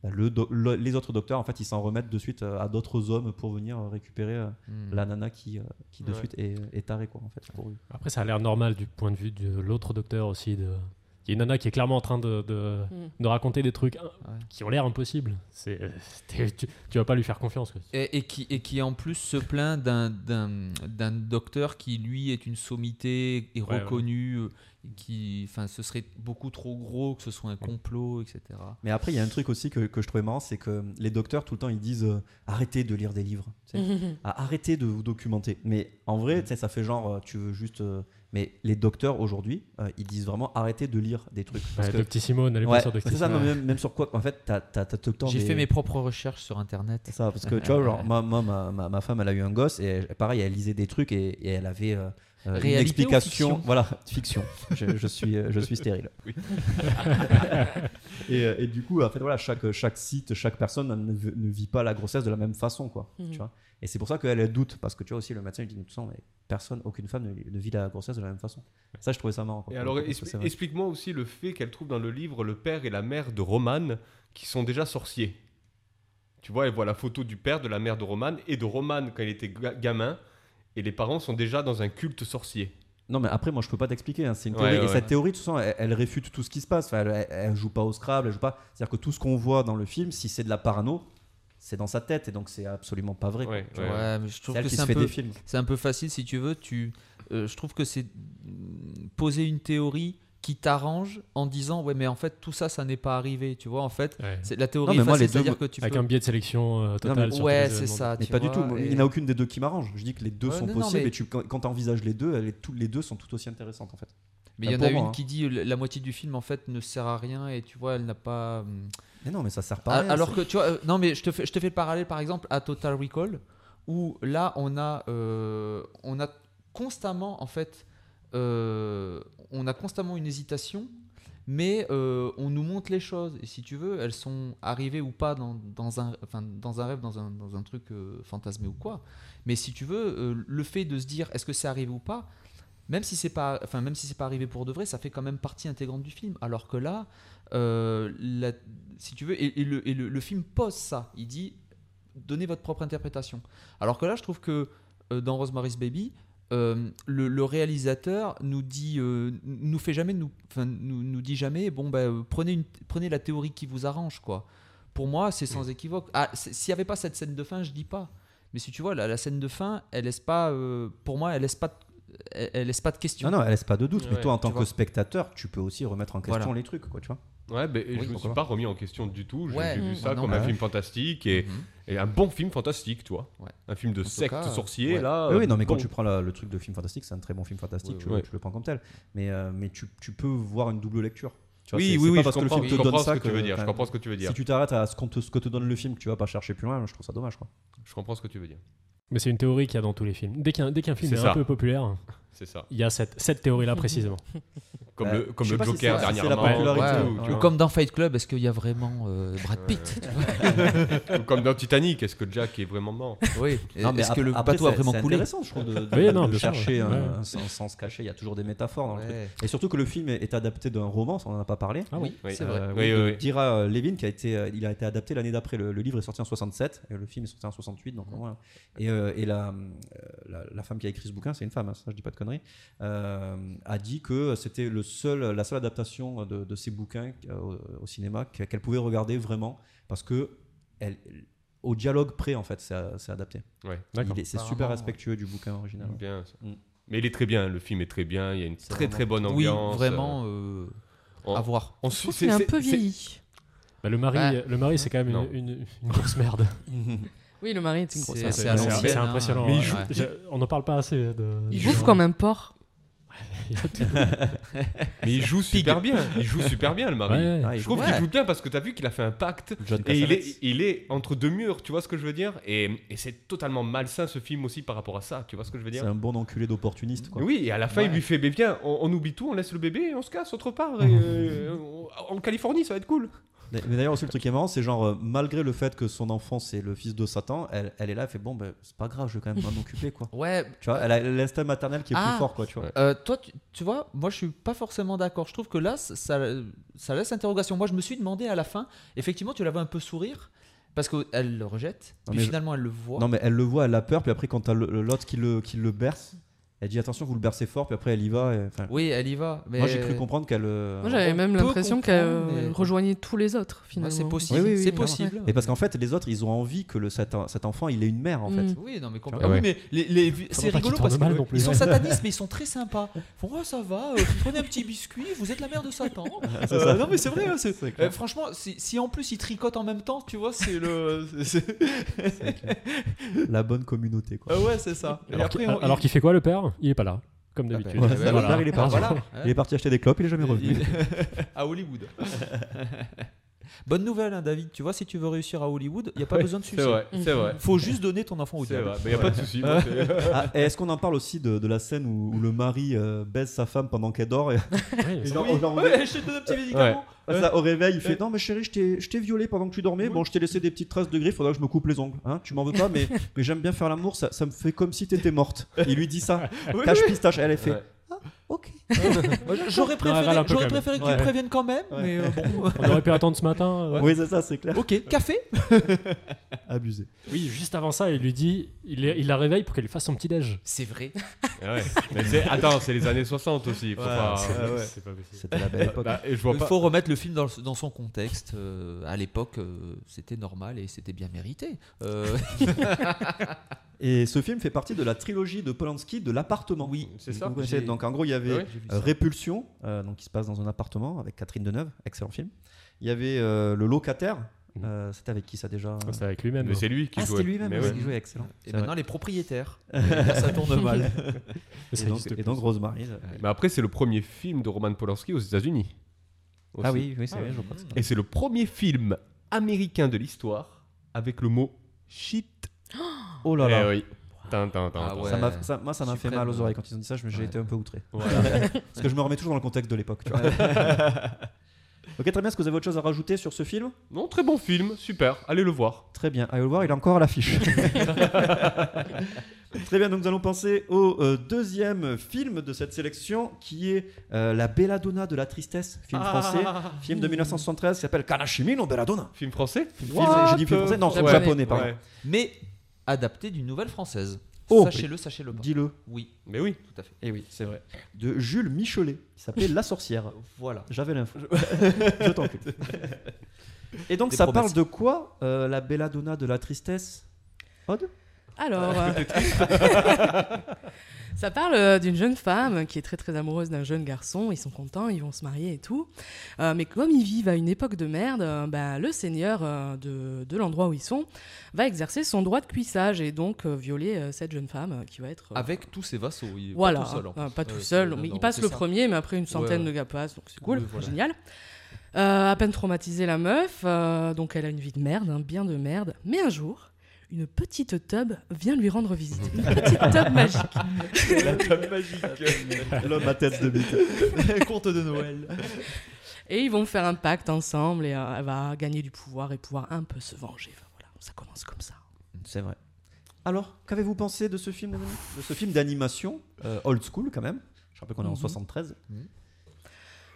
A: bah, le do- le- les autres docteurs. En fait, ils s'en remettent de suite euh, à d'autres hommes pour venir euh, récupérer euh,
G: Hmm.
A: la nana qui, euh, qui de
E: Ouais.
A: suite est, est tarée, quoi, en fait, pour eux.
F: Après, ça a l'air normal du point de vue de l'autre docteur aussi. De... Il y a une nana qui est clairement en train de, de,
H: Mm.
F: de raconter des trucs hein, qui ont l'air impossibles. C'est, euh, t'es- tu, tu vas pas lui faire confiance. quoi.
G: Et, et qui, et qui en plus se plaint d'un- d'un d'un docteur qui lui est une sommité et
F: Ouais, ouais.
G: reconnu, euh, et qui, enfin, ce serait beaucoup trop gros que ce soit un complot, etc.
A: Mais après, il y a un truc aussi que, que je trouvais marrant, c'est que les docteurs, tout le temps, ils disent euh, arrêtez de lire des livres. Tu sais.
H: Mhm.
A: à arrêter de vous documenter. Mais en
G: Mhm.
A: vrai, tu sais, ça fait genre, euh, tu veux juste. euh, mais les docteurs aujourd'hui, euh, ils disent vraiment arrêter de lire des trucs. Parce
F: Ouais,
A: que-
F: Doctissimo, n'allez
A: Ouais,
F: pas sur
A: c'est ça,
F: Doctissimo.
A: non, même, même sur quoi En fait, t'as t'as- t'as tout le temps.
G: J'ai
A: des-
G: fait mes propres recherches sur Internet.
A: C'est ça, parce que tu vois, genre, moi, moi, ma, ma, ma femme, elle a eu un gosse, et elle- pareil, elle lisait des trucs, et, et elle avait. euh, euh, une
G: Réalité ou
A: explication,
G: fiction
A: voilà, fiction. Je, je suis, euh, je suis stérile. et, euh, et du coup, en fait, voilà, chaque, chaque site, chaque personne ne, v- ne vit pas la grossesse de la même façon, quoi.
G: Mm.
H: Mhm.
A: Tu vois. Et c'est pour ça qu'elle elle doute, parce que tu vois aussi le médecin, il dit, de toute façon, mais personne, aucune femme ne, ne vit la grossesse de la même façon. Ça, je trouvais ça marrant. quoi.
E: Et alors,
A: Parce que
E: expli-
A: c'est vrai.
E: explique-moi aussi le fait qu'elle trouve dans le livre le père et la mère de Roman qui sont déjà sorciers. Tu vois, elle voit la photo du père, de la mère de Roman et de Roman quand il était ga- gamin. Et les parents sont déjà dans un culte sorcier.
A: Non, mais après, moi, je peux pas t'expliquer. hein, C'est une
E: Ouais,
A: théorie.
E: ouais,
A: Et cette théorie, de toute façon, elle, elle réfute tout ce qui se passe. Enfin, elle, elle joue pas au Scrabble, elle joue pas. C'est-à-dire que tout ce qu'on voit dans le film, si c'est de la parano, c'est dans sa tête. Et donc, c'est absolument pas vrai. quoi.
E: Ouais,
A: Tu
E: ouais.
A: vois.
G: Ouais, mais je trouve
A: C'est elle
G: que
A: qui
G: c'est
A: se
G: un
A: fait
G: peu,
A: des films.
G: c'est un peu facile si tu veux. Tu, euh, je trouve que c'est mm, poser une théorie qui t'arrange en disant ouais mais en fait tout ça ça n'est pas arrivé tu vois en fait
F: Ouais.
G: c'est la théorie
A: Non, mais
G: est
A: moi, les
G: facile c'est à
A: deux
G: dire
A: me-
G: que tu
F: Avec
G: peux
F: un biais de sélection euh, total.
A: mais-
F: sur tous
G: ouais
F: les
G: c'est
F: éléments.
G: ça
A: Mais
G: tu
A: pas du
G: vois,
A: tout. moi,
G: et-
A: Il n'y en a aucune des deux qui m'arrange. Je dis que les deux
G: Ouais,
A: sont
G: non, non,
A: possibles.
G: mais-
A: Et tu, quand, quand t'envisages les deux, elles, toutes les deux sont tout aussi intéressantes, en fait.
G: Mais il y en
A: Pour
G: a
A: moi,
G: une
A: hein.
G: qui dit euh, la moitié du film en fait ne sert à rien et tu vois elle n'a pas. hum.
A: Mais non, mais ça sert pas. à
G: A-
A: rien,
G: Alors
A: ça.
G: que tu vois euh, non mais je te fais je te fais le parallèle par exemple à Total Recall où là on a euh, on a constamment en fait euh, on a constamment une hésitation mais euh, on nous montre les choses et si tu veux elles sont arrivées ou pas dans, dans un enfin, dans un rêve dans un, dans un truc euh, fantasmé ou quoi mais si tu veux euh, le fait de se dire est-ce que c'est arrivé ou pas même si c'est pas enfin même si c'est pas arrivé pour de vrai ça fait quand même partie intégrante du film alors que là euh, la- si tu veux et, et le, et le- le film pose ça il dit donnez votre propre interprétation alors que là je trouve que euh, dans Rosemary's Baby euh, le, le réalisateur nous dit euh, nous fait jamais nous enfin, nous, nous dit jamais bon ben euh, prenez une prenez la théorie qui vous arrange quoi pour moi c'est sans équivoque Ah, c'est- s'il n'y avait pas cette scène de fin je dis pas mais si tu vois la, la scène de fin elle laisse pas euh, pour moi elle laisse pas de- elle, elle laisse pas de questions
A: Ah Non, non, elle laisse pas de doute. mais
E: Ouais,
A: toi, en
G: tu
A: tant que
G: vois.
A: spectateur, tu peux aussi remettre en question
G: Voilà.
A: les trucs, quoi, tu vois.
E: Ouais, ben,
A: Oui,
E: je me suis
A: pourquoi
E: pas remis en question du tout. J'ai
G: Ouais.
E: j'ai vu
H: Mm.
E: ça
G: Ah non,
E: comme
A: bah
E: un
A: ouais.
E: film fantastique et,
G: Mhm.
E: et un bon film fantastique, toi.
G: Ouais.
E: Un film de
G: En tout
E: secte
G: cas,
E: sorcier,
G: ouais.
E: là.
A: Oui,
E: euh,
A: oui, non, mais quand
E: bon.
A: tu prends la- le truc de film fantastique, c'est un très bon film fantastique,
G: Ouais,
A: tu,
E: ouais.
A: le- tu le prends comme tel. Mais, euh, mais tu, tu peux voir une double lecture. Tu vois, c'est-
E: Oui,
A: c'est
E: oui,
A: pas
E: oui, je
A: parce que le
E: comprends
A: film te
E: je
A: donne
E: comprends ce
A: ça
E: que tu veux dire. Je
A: enfin,
E: comprends ce que tu veux dire.
A: Si tu t'arrêtes à ce, qu'on te- ce que te donne le film, que tu vas pas chercher plus loin, je trouve ça dommage. Quoi.
E: Je comprends ce que tu veux dire.
F: Mais c'est une théorie qu'il y a dans tous les films. Dès qu'un, dès qu'un film
E: C'est
F: est,
E: ça.
F: un peu populaire,
E: C'est ça.
F: il y a cette, cette théorie-là précisément.
E: Comme
A: Bah,
E: le, comme
A: je sais
E: le
A: pas si
E: Joker
A: c'est- si c'est la
E: dernièrement.
A: popularité,
E: ou-
A: ouais.
E: tu
G: Ou
E: vois.
G: comme dans Fight Club, est-ce qu'il y a vraiment euh, Brad Pitt tu vois
E: Ou comme dans Titanic, est-ce que Jack est vraiment mort
G: Oui.
A: Non, mais
G: Est-ce que
A: ap-
G: le
A: après,
G: bateau a
A: c'est-
G: vraiment
A: c'est
G: coulé
A: intéressant, je trouve, de, de-
F: Oui,
A: de-
F: non,
A: de
F: bien sûr,
A: chercher
F: ouais.
A: un, sans, sans se cacher. Il y a toujours des métaphores dans le truc.
G: Ouais.
A: Et surtout que le film est, est adapté d'un roman, ça, on en a pas parlé.
F: Ah oui.
E: Oui.
G: C'est vrai.
A: Euh,
E: Oui,
A: oui,
E: oui,
A: de
E: oui.
A: Dira euh, Levin, qui a été, euh, il a été adapté l'année d'après. Le, le livre est sorti en 67 et le film est sorti en 68. Donc,
G: Mhm.
A: voilà. Et, euh, et la, euh, la, la femme qui a écrit ce bouquin, c'est une femme, hein, ça je dis pas de conneries, euh, a dit que c'était le seul, la seule adaptation de, de ces bouquins euh, au- au cinéma que- qu'elle pouvait regarder vraiment parce que elle, au dialogue près en fait, c'est c'est adapté.
E: Ouais.
F: D'accord.
A: Il est- C'est super
G: Apparemment,
A: respectueux du bouquin original.
E: Bien, ça.
A: Mm.
E: Mais il est très bien, le film est très bien, il y a une
G: C'est
E: très très bonne
G: Oui,
E: ambiance. Oh.
G: vraiment euh,
E: on-
G: à voir.
E: On
H: Je
E: suit-
H: trouve qu'il est un peu
E: c'est-
H: vieilli.
F: Bah, le mari,
G: Ouais.
F: le mari, c'est quand même
E: Non.
F: une, une- une grosse merde.
G: Mhm.
H: Oui, le mari est une grosse.
G: C'est-
F: Ça,
H: merde.
G: à l'ancienne, hein.
F: impressionnant.
G: Mais il
F: ouais.
G: joue-
A: Euh,
F: Je- on n'en parle pas assez. De,
H: Il
F: de-
H: bouffe comme un porc.
F: Il y a tout.
E: Mais il joue super bien. Il joue super bien, le mari.
F: Ouais.
G: Ah, il
E: Je trouve
G: joue-
E: qu'il
G: ouais.
E: joue bien parce que t'as vu qu'il a fait un pacte.
F: John
E: Et il
F: Cassavetes.
E: est, il est entre deux murs, tu vois ce que je veux dire Et, et c'est totalement malsain ce film aussi par rapport à ça, tu vois ce que je veux
A: C'est
E: dire
A: un bon enculé d'opportuniste, quoi.
E: Oui, et à la fin, il
G: Ouais.
E: lui fait, mais viens, on, on oublie tout, on laisse le bébé et on se casse autre part. et, euh, on- en Californie, ça va être cool.
A: Mais mais d'ailleurs, aussi, le truc qui est marrant, c'est genre, euh, malgré le fait que son enfant, c'est le fils de Satan, elle, elle est là, elle fait bon, ben, c'est pas grave, je vais quand même m'en occuper, quoi.
G: Ouais,
A: Tu vois, elle a l'instinct maternel qui est
G: Ah.
A: plus fort, quoi, tu vois.
G: Euh, toi, tu, tu vois, moi je suis pas forcément d'accord. Je trouve que là, ça, ça- ça laisse interrogation. Moi, je me suis demandé à la fin, effectivement, tu la vois un peu sourire parce qu'elle le rejette,
A: Non,
G: puis
A: mais je-
G: finalement elle le voit.
A: Non, mais elle le voit, elle a peur, puis après, quand t'as le- le- l'autre qui le, qui le berce, elle dit attention, vous le bercez fort, puis après, elle y va. et- enfin,
G: Oui, elle y va. Mais
A: Moi, j'ai cru comprendre qu'elle. euh,
H: Moi, j'avais
G: on
H: même
G: peut
H: l'impression qu'elle
G: comprendre, mais-
H: euh, rejoignait tous les autres,
G: Ouais,
H: finalement.
G: c'est possible.
A: Oui, oui, oui,
G: c'est
A: clairement.
G: possible.
A: Et parce qu'en fait, les autres, ils ont envie que le, cet, cet enfant, il ait une mère, en fait.
H: Mm.
G: Oui, non, mais
E: Ah
G: complètement.
E: ouais.
G: Oui, mais les, les- c'est
F: pas qu'ils
G: rigolo
F: tournent
G: parce
F: mal non
G: qu'ils
F: plus.
G: sont satanistes, mais ils sont très sympas. Ils font, oh, ça va, euh, vous prenez un petit biscuit, vous êtes la mère de Satan.
A: Ah,
G: Euh, non, mais c'est vrai. hein, c'est- euh, franchement, si, si en plus ils tricotent en même temps, tu vois, c'est le. c'est-
A: La bonne communauté, quoi.
G: Euh, ouais, c'est ça. Et
F: Alors
G: après,
F: qu'il-
G: on-
F: alors qu'il fait quoi le père Il ben, est pas là, comme
G: Ah,
F: d'habitude.
G: bah,
A: Ouais,
G: voilà.
A: le père, il est
G: Ah,
A: parti.
G: voilà.
A: Il est parti acheter des clopes, il est jamais revenu.
G: à Hollywood. Bonne nouvelle, hein, David. Tu vois, si tu veux réussir à Hollywood, il n'y a pas besoin de
E: C'est
G: succès.
E: vrai, c'est vrai.
G: Faut juste donner ton enfant au
E: C'est
G: diable.
E: vrai, il n'y a pas de souci. moi, c'est-
A: Ah, et Est-ce qu'on en parle aussi de, de la scène où, où le mari euh, baise sa femme pendant qu'elle dort et,
F: Ouais,
A: et
F: ça-
A: genre,
G: Oui,
A: au- genre,
G: ouais, je te donne un petit médicament.
A: ça, au réveil, il fait
G: Ouais.
A: Non, mais chérie, je t'ai- je t'ai violé pendant que tu dormais.
G: Oui.
A: Bon, je t'ai laissé des petites traces de griffes, faudra que je me coupe les ongles. Hein, tu m'en veux pas, mais, mais j'aime bien faire l'amour, ça, ça me fait comme si t'étais morte. Il lui dit ça.
G: Oui,
A: Cache
G: oui.
A: pistache, elle est fait.
E: Ouais.
A: Ok.
G: J'aurais
F: Ouais, râle
G: préféré,
F: un
G: j'aurais
F: peu quand même.
G: préféré que
A: Ouais.
G: tu préviennes quand même,
A: Ouais.
G: mais euh, bon.
F: On aurait pu attendre ce matin. euh.
A: Oui, c'est ça, c'est clair.
G: ok, café
A: Abusé.
F: Oui, juste avant ça, il lui dit, il, il la réveille pour qu'elle fasse son petit déj.
G: C'est vrai.
E: Ouais. Mais c'est- Attends, c'est les années 60 aussi. faut
G: Ouais,
E: pas-
G: c'est-
E: c'est-
G: ouais.
E: c'est pas possible.
A: C'était la belle époque.
E: Bah, et je vois
G: Il
E: pas.
G: faut remettre le film dans, le- dans son contexte. Euh, à l'époque, euh, c'était normal et c'était bien mérité. Euh,
A: Et ce film fait partie de la trilogie de Polanski de l'appartement.
G: oui,
E: C'est ça.
A: Vous connaissez,
G: j'ai-
A: Donc en gros, il y avait
E: Ouais.
G: j'ai vu
A: Euh,
G: ça.
A: Répulsion, euh, donc qui se passe dans un appartement avec Catherine Deneuve, excellent film. Il y avait euh, Le Locataire, euh, c'était avec qui ça déjà
F: Ça, C'est avec lui-même. hein.
E: Mais c'est lui qui
A: Ah,
E: jouait.
A: c'était lui-même,
E: Mais
A: ouais,
E: ouais.
A: il jouait excellent.
G: Et
A: C'est
G: maintenant,
A: vrai.
G: les propriétaires. Là, ça tourne mal.
F: Mais ça
A: et, donc,
F: existe
A: et
F: plus.
A: donc Rosemary. euh,
E: Mais après, c'est le premier film de Roman Polanski aux États-Unis.
A: Ah
E: Aussi.
A: oui, oui c'est vrai, je pense.
E: Et c'est le premier film américain de l'histoire avec le mot shit.
A: Oh là là.
E: Eh oui. Tin, tin, tin,
G: Ah
E: tin.
G: ouais.
A: Ça m'a- ça- moi, ça m'a fait
G: Suprême,
A: mal aux
G: ouais.
A: oreilles quand ils ont dit ça. je me- J'ai
G: Ouais.
A: été un peu outré.
E: Voilà.
A: Parce que je me remets toujours dans le contexte de l'époque. tu vois. ok, très bien. Est-ce que vous avez autre chose à rajouter sur ce film
E: Non, très bon film, super, allez le voir.
A: Très bien. Allez le voir, il est encore à l'affiche. Très bien, donc nous allons penser au euh, deuxième film de cette sélection qui est euh, La Belladonna de la Tristesse, film français, film de 1973 qui s'appelle Kanashimi no Belladonna.
E: Ah. Film français
A: Film- J'ai dit film français Non, film
H: Japonais.
A: japonais, pardon.
E: Ouais.
G: Mais adapté d'une nouvelle française.
A: Oh.
G: sachez-le, sachez-le pas.
A: Dis-le.
G: Oui,
E: Mais oui.
G: tout à fait.
A: Eh oui, c'est vrai. De Jules Michelet qui s'appelle La Sorcière.
G: Voilà.
A: J'avais l'info. Je t'encule. Et donc
G: Des
A: ça
G: promesses.
A: parle de quoi euh, La Belladonna de la Tristesse Odd
H: Alors, euh, ça parle euh, d'une jeune femme qui est très très amoureuse d'un jeune garçon. Ils sont contents, ils vont se marier et tout. Euh, mais comme ils vivent à une époque de merde, euh, bah, le seigneur euh, de, de l'endroit où ils sont va exercer son droit de cuissage et donc euh, violer euh, cette jeune femme euh, qui va être. euh,
G: Avec tous ses vassaux. Il est
H: voilà,
G: Pas tout seul. en
H: hein,
G: plus.
H: pas tout
G: Ouais,
H: seul.
G: c'est-
H: Mais
G: non,
H: il passe
G: c'est
H: le
G: ça.
H: premier, mais après une centaine
G: ouais.
H: de gars passent, donc c'est cool,
G: Oui, voilà.
H: génial. Euh, à peine traumatisée la meuf, euh, donc elle a une vie de merde, hein, bien de merde. Mais un jour, une petite tub vient lui rendre visite. Une petite tub magique.
A: L'homme à tête de bite.
G: Conte de Noël.
H: Et ils vont faire un pacte ensemble et euh, elle va gagner du pouvoir et pouvoir un peu se venger. Enfin, voilà, ça commence comme ça.
A: C'est vrai. Alors, qu'avez-vous pensé de ce film, les amis De ce film d'animation, euh, old school quand même. Je rappelle qu'on est en
H: Mhm.
A: 73.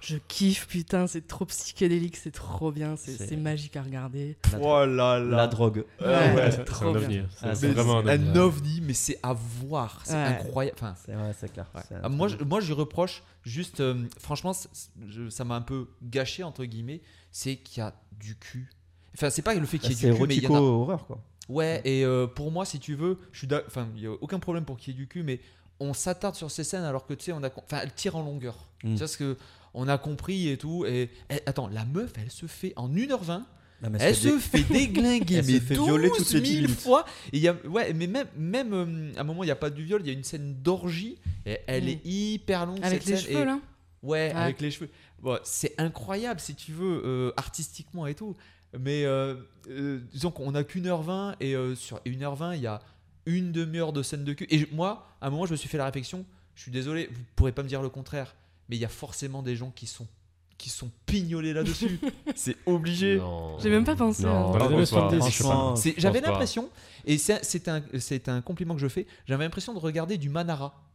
H: Je kiffe, putain, c'est trop psychédélique, c'est trop bien, c'est
A: C'est-
H: c'est magique à regarder.
G: Oh là là.
A: La drogue.
H: Ouais,
G: Ah ouais,
H: c'est
F: C'est
H: trop
F: un
H: bien.
F: ovni.
A: Ah,
F: C'est
A: c'est
F: c'est vraiment un
G: un hein.
F: ovni.
G: ovni, mais c'est à voir. C'est
H: Ouais.
G: incroyable. Enfin,
A: C'est vrai, c'est clair. C'est un
G: Ah, moi,
A: truc-
G: je, moi, je reproche juste, euh, franchement, c- c- je- ça m'a un peu gâché, entre guillemets, c'est qu'il y a du cul. Enfin, c'est pas le fait qu'il y ait
A: Ah, c'est
G: du cul, mais il y
A: érotico
G: en a.
A: horreur quoi.
G: Ouais, et euh, pour moi, si tu veux, je suis d'ac- enfin, il n'y a aucun problème pour qu'il y ait du cul, mais on s'attarde sur ces scènes alors que tu sais, on a. com- Enfin, elle tire en longueur.
A: Mm.
G: eh, Tu vois ce que. On a compris et tout. Et, et- attends, la meuf, elle se fait en 1h20.
A: Non, mais
G: Elle
A: c'est
G: se
A: des-
G: fait déglinguer,
A: Elle se
G: mais
A: fait
G: 12
A: violer toutes les dix
G: 000
A: minutes.
G: fois. Et il y a, ouais, mais même, même euh, à un moment, il n'y a pas du viol, il y a une scène d'orgie. et elle
H: Mm.
G: est hyper longue.
H: Avec
G: cette
H: les
G: scène,
H: cheveux
G: et-
H: là
G: Ouais,
H: Ouais.
G: avec les cheveux. Bon, c'est incroyable si tu veux, euh, artistiquement et tout. Mais euh, euh, disons qu'on n'a qu'une heure 20 et euh, sur 1h20, il y a une demi-heure de scène de cul. Et je- moi, à un moment, je me suis fait la réflexion. Je suis désolé, vous pourrez pas me dire le contraire, mais il y a forcément des gens qui sont qui sont pignolés là-dessus. c'est obligé.
H: J'ai même pas pensé, hein.
F: Non,
E: Ah,
F: les
E: bon,
F: Devil's
E: bah,
F: Fantasy, je sais pas.
A: Franchement,
G: C'est- J'avais
F: pas.
G: l'impression, et c'est c'est un, c'est un compliment que je fais, j'avais l'impression de regarder du Manara.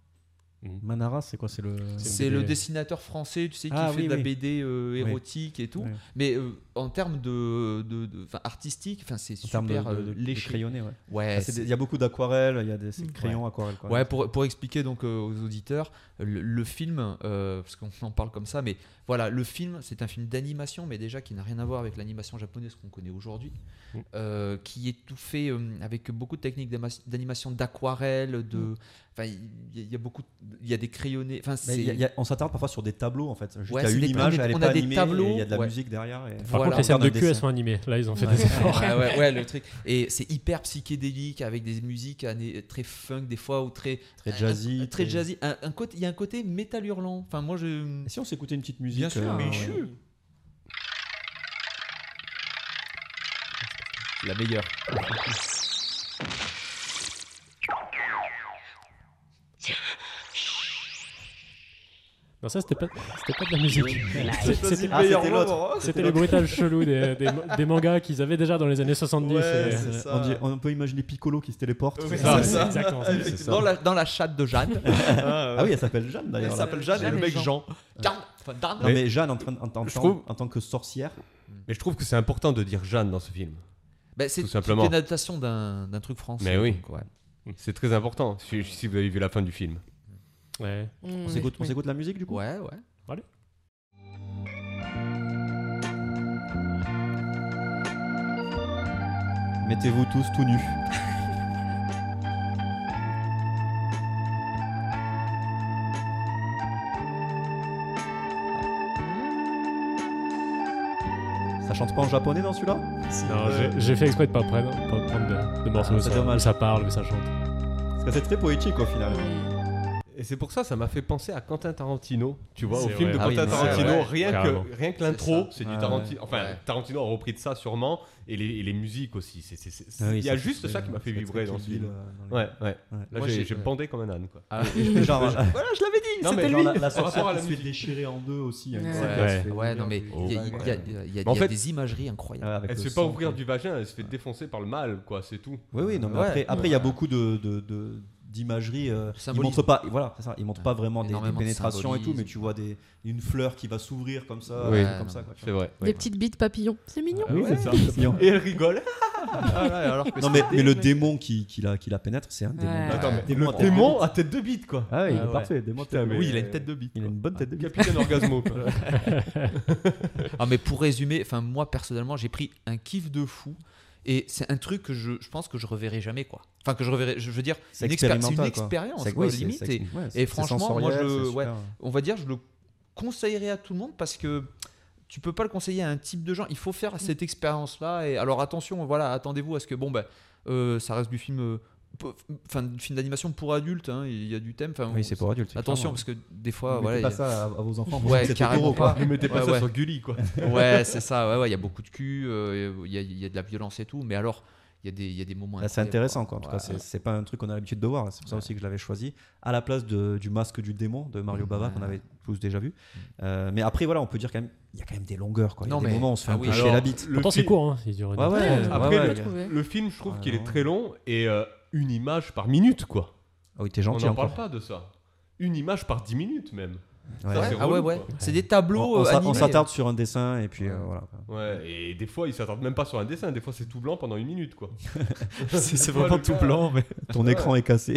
A: Manara, c'est quoi C'est le.
F: C'est une
G: C'est
F: BD.
G: le dessinateur français, tu sais, qui
A: Ah,
G: fait
A: oui,
G: de la
A: oui.
G: BD euh,
A: Oui.
G: érotique et tout.
A: Ouais.
G: Mais euh, en termes de, de, de- enfin, artistique, enfin, c'est
A: En termes de,
G: super
A: de- de-
G: euh,
A: de
G: léché.
A: crayonné, ouais.
G: Ouais,
A: Ah, c'est
G: c'est-
A: des- Il y a beaucoup d'aquarelles, il y a des c'est
H: Mm.
A: crayons aquarelles. Quoi.
G: Ouais, pour, pour expliquer donc euh, aux auditeurs, le, le film, euh, parce qu'on en parle comme ça, mais voilà, le film, c'est un film d'animation, mais déjà qui n'a rien à voir avec l'animation japonaise qu'on connaît aujourd'hui,
E: Mm.
G: euh, qui est tout fait euh, avec beaucoup de techniques d'ama- d'animation, d'aquarelle, de, enfin, il y, il y a beaucoup, il y a des crayonnés, enfin,
A: Mais
G: c'est,
A: Mm. Bah, il y a- il y a- on s'attarde parfois sur des tableaux en fait. Juste
G: Ouais,
A: il y a
G: c'est
A: une
G: des-
A: image,
G: on a-
A: elle est
G: on
A: pas
G: a des
A: animée, et il y a de la
G: tableaux, ouais.
A: musique derrière. et-
F: Par
G: Voilà.
F: contre, les scènes de
A: Un
F: cul,
A: dessin.
F: elles sont animées. Là, ils ont fait
G: Ouais.
F: des efforts.
G: Ah Ouais, ouais, ouais, le truc. Et c'est hyper psychédélique avec des musiques années- très funk des fois ou très
A: Très jazzy,
G: un- très
A: très-
G: jazzy. Un, un côté, il y a un côté métal hurlant. Enfin, moi, je.
A: Et Si on s'écoutait une petite musique.
G: Bien sûr,
A: euh,
G: mais
A: ouais.
G: je suis. La meilleure.
A: Ah,
F: Non, ça, c'était pas, c'était pas de la musique. C'est- C'était
A: Ah, c'était l'autre.
F: c'était les bruitages chelous des, des, des mangas qu'ils avaient déjà dans les années 70.
G: Ouais,
F: et-
G: c'est
A: Euh,
G: ça.
A: On, dit- on peut imaginer Piccolo qui se téléporte.
G: Oui,
F: Ah,
G: c'est
F: c'est
G: ça.
F: Exactement. ça.
E: C'est ça.
G: Dans la, dans la chatte de Jeanne.
A: Ah oui, elle s'appelle Jeanne d'ailleurs.
G: elle
A: là.
G: s'appelle Jeanne et le
H: Jeanne
G: mec
H: et
G: Jean.
H: Jean.
G: Jeanne. Enfin, Jeanne.
A: Non mais Jeanne en, train, en, en-
E: Je trouve-
A: en tant que sorcière.
E: Mais je trouve que c'est important de dire Jeanne dans ce film.
G: Bah, c'est
E: Tout
G: c'est
E: simplement.
G: une adaptation d'un d'un truc français.
E: Mais oui.
G: donc, ouais.
E: C'est très important si, si vous avez vu la fin du film.
F: Ouais.
A: On s'écoute, on
H: Oui.
A: s'écoute la musique du coup.
G: Ouais, ouais.
A: Mettez-vous tous tout nus. Ça chante pas en japonais dans celui-là
F: Non, j'ai- j'ai fait exprès de pas prendre, pas prendre de, de morceaux
A: Ah,
F: où
A: c'est
F: ça-
A: dommage.
F: où ça parle, où ça chante.
A: Parce que c'est très poétique au final.
E: Et c'est pour ça, ça m'a fait penser à Quentin Tarantino. Tu vois, au
F: C'est
E: film de
F: vrai.
G: Ah oui,
E: Quentin
G: c'est
E: Tarantino,
G: vrai.
E: rien
F: Carrément.
E: que rien que
G: ça.
E: l'intro, c'est du
A: Ouais,
E: Tarantino. Enfin,
G: Ouais.
E: Tarantino a repris de ça sûrement, et les, et les musiques aussi. c'est- c'est- c'est-
A: Ah oui,
E: Il y a
A: ça,
E: juste
A: c'est-
E: ça qui m'a fait
A: c'est
E: vibrer
A: très
E: dans ce
A: Kill Bill,
E: film.
A: euh, dans les-
E: Ouais, ouais.
A: Ouais.
E: Là,
G: Moi,
E: j'ai
G: j'ai-
E: j'ai bandé comme un âne. Quoi.
A: Et genre, euh,
G: Voilà, je l'avais dit.
E: Non, mais
G: C'était
E: genre
G: lui.
A: la, la
E: rapport à
A: sorcière
E: la
A: qui se fait
E: euh,
A: déchirer en deux aussi. il y a une
H: Ouais.
A: scène qui
F: Ouais.
A: se fait
G: Ouais, non, mais
A: ouvrir
G: il y a,
A: du-
G: il y a- il y a-
E: Mais en
G: il y a
E: fait-
G: des imageries
A: Ouais,
G: incroyables.
A: avec
E: Elle
A: le
E: se fait pas
A: sang,
E: ouvrir
A: quoi.
E: du vagin, elle se fait défoncer par le mal, quoi, c'est tout.
A: Oui, oui, non, mais
G: Ouais.
A: après, après, il y a
G: Ouais.
A: beaucoup de, de, de- d'imagerie. euh, ils
G: Symbolisme.
A: montrent pas, voilà, c'est ça, ils montrent pas vraiment des, des
G: Énormément de
A: pénétrations et tout,
G: symbolisme.
A: mais tu vois des, une fleur qui va s'ouvrir comme ça,
E: Oui.
A: un truc comme ça. Quoi, tu
E: C'est
A: vois. Ah
E: vrai. Ah
G: Ouais.
H: Des petites bites papillons. C'est mignon.
F: oui, c'est ça.
A: C'est mignon.
E: Et elle rigole.
G: Ah ouais, alors que
A: Non, mais, mais le démon qui, qui, la, qui la pénètre, c'est un démon.
H: Ouais.
E: Attends, mais
A: Démon à
E: le
A: tête de
E: démon à tête de bite, quoi.
A: Ah, il
G: Ah
A: est
G: ouais.
A: parfait, le démon à
E: Putain,
A: tête de
E: mais-
A: bite.
G: Oui, il a une tête de bite.
A: Il a une bonne tête de bite.
E: Capitaine Orgasmo, quoi.
G: Ah mais pour résumer, enfin moi personnellement j'ai pris un kiff de fou et c'est un truc que je, je pense que je reverrai jamais quoi. Enfin que je reverrai, je veux dire
A: C'est
G: une, expé- c'est une
A: expérimental, quoi.
G: expérience
A: C'est-
G: quoi,
A: oui, c'est-
G: limite.
A: c'est-
G: et
A: ouais, c'est
G: franchement, moi,
A: sensoriel,
G: je-
A: c'est super.
G: ouais. on va dire je le conseillerais à tout le monde parce que tu peux pas le conseiller à un type de gens. Il faut faire cette expérience là et alors attention voilà attendez-vous à ce que bon bah, euh, ça reste du film euh, peu- enfin du film d'animation pour adultes hein, il y a du thème. Enfin on-
A: Oui, c'est pour adultes.
G: attention parce que des fois
A: Vous
G: Ah, voilà.
A: mettez
G: il y
A: pas
G: a-
A: ça à, à vos enfants. vous
G: Ouais,
A: dites, c'est
G: carrément
A: Totoro, quoi.
G: pas.
E: Ne mettez pas
G: Ouais,
E: ça
G: ouais.
E: sur Gulli, quoi.
G: Ouais, c'est ça. Ouais, ouais, il y a beaucoup de cul, euh, il y, a- il y a de la violence et tout. Mais alors, il y a des, il y a des moments.
A: Là, Ah, c'est
G: incroyables,
A: intéressant, quoi. En tout cas,
G: Ouais.
A: c'est- c'est pas un truc qu'on a l'habitude de voir. C'est pour ça aussi que je l'avais choisi à la place de- du masque du démon de
G: Mmh.
A: Mario Bava qu'on avait tous déjà vu. Euh, mais après, voilà, on peut dire quand même, il y a quand même des longueurs, quoi. Il y a
G: Non,
A: des
G: mais-
A: moments où on se fait
G: ah
A: un
G: oui,
A: peu chier
G: alors,
A: la bite.
E: Le
F: Pourtant, c'est
E: film-
F: court. Hein. Il dure une
A: Ouais,
F: heure.
A: ouais.
H: Ouais,
A: ouais,
E: après,
A: ouais,
E: le
A: il y a-
H: trouvé.
E: Le film, je trouve
A: Ah,
E: qu'il
A: non.
E: est très long et euh, une image par minute, quoi.
A: Ah oui, t'es
E: On
A: gentil
E: n'en parle
A: encore.
E: pas de ça. Une image par 10 minutes même.
A: Ouais.
E: Ça,
G: Ouais,
E: c'est
G: ah ouais,
E: relou,
G: ouais.
E: quoi.
G: C'est des
A: On,
G: tableaux.
A: on
G: euh,
A: s'a- on
G: animés.
A: s'attarde sur un dessin et puis euh,
G: Ouais.
A: voilà.
E: Ouais, et des fois, ils s'attardent même pas sur un dessin. Des fois, c'est tout blanc pendant une minute, quoi.
G: c'est
E: vraiment Ouais, le tout gars. blanc,
G: mais.
A: Ton
E: Ouais.
A: écran est cassé.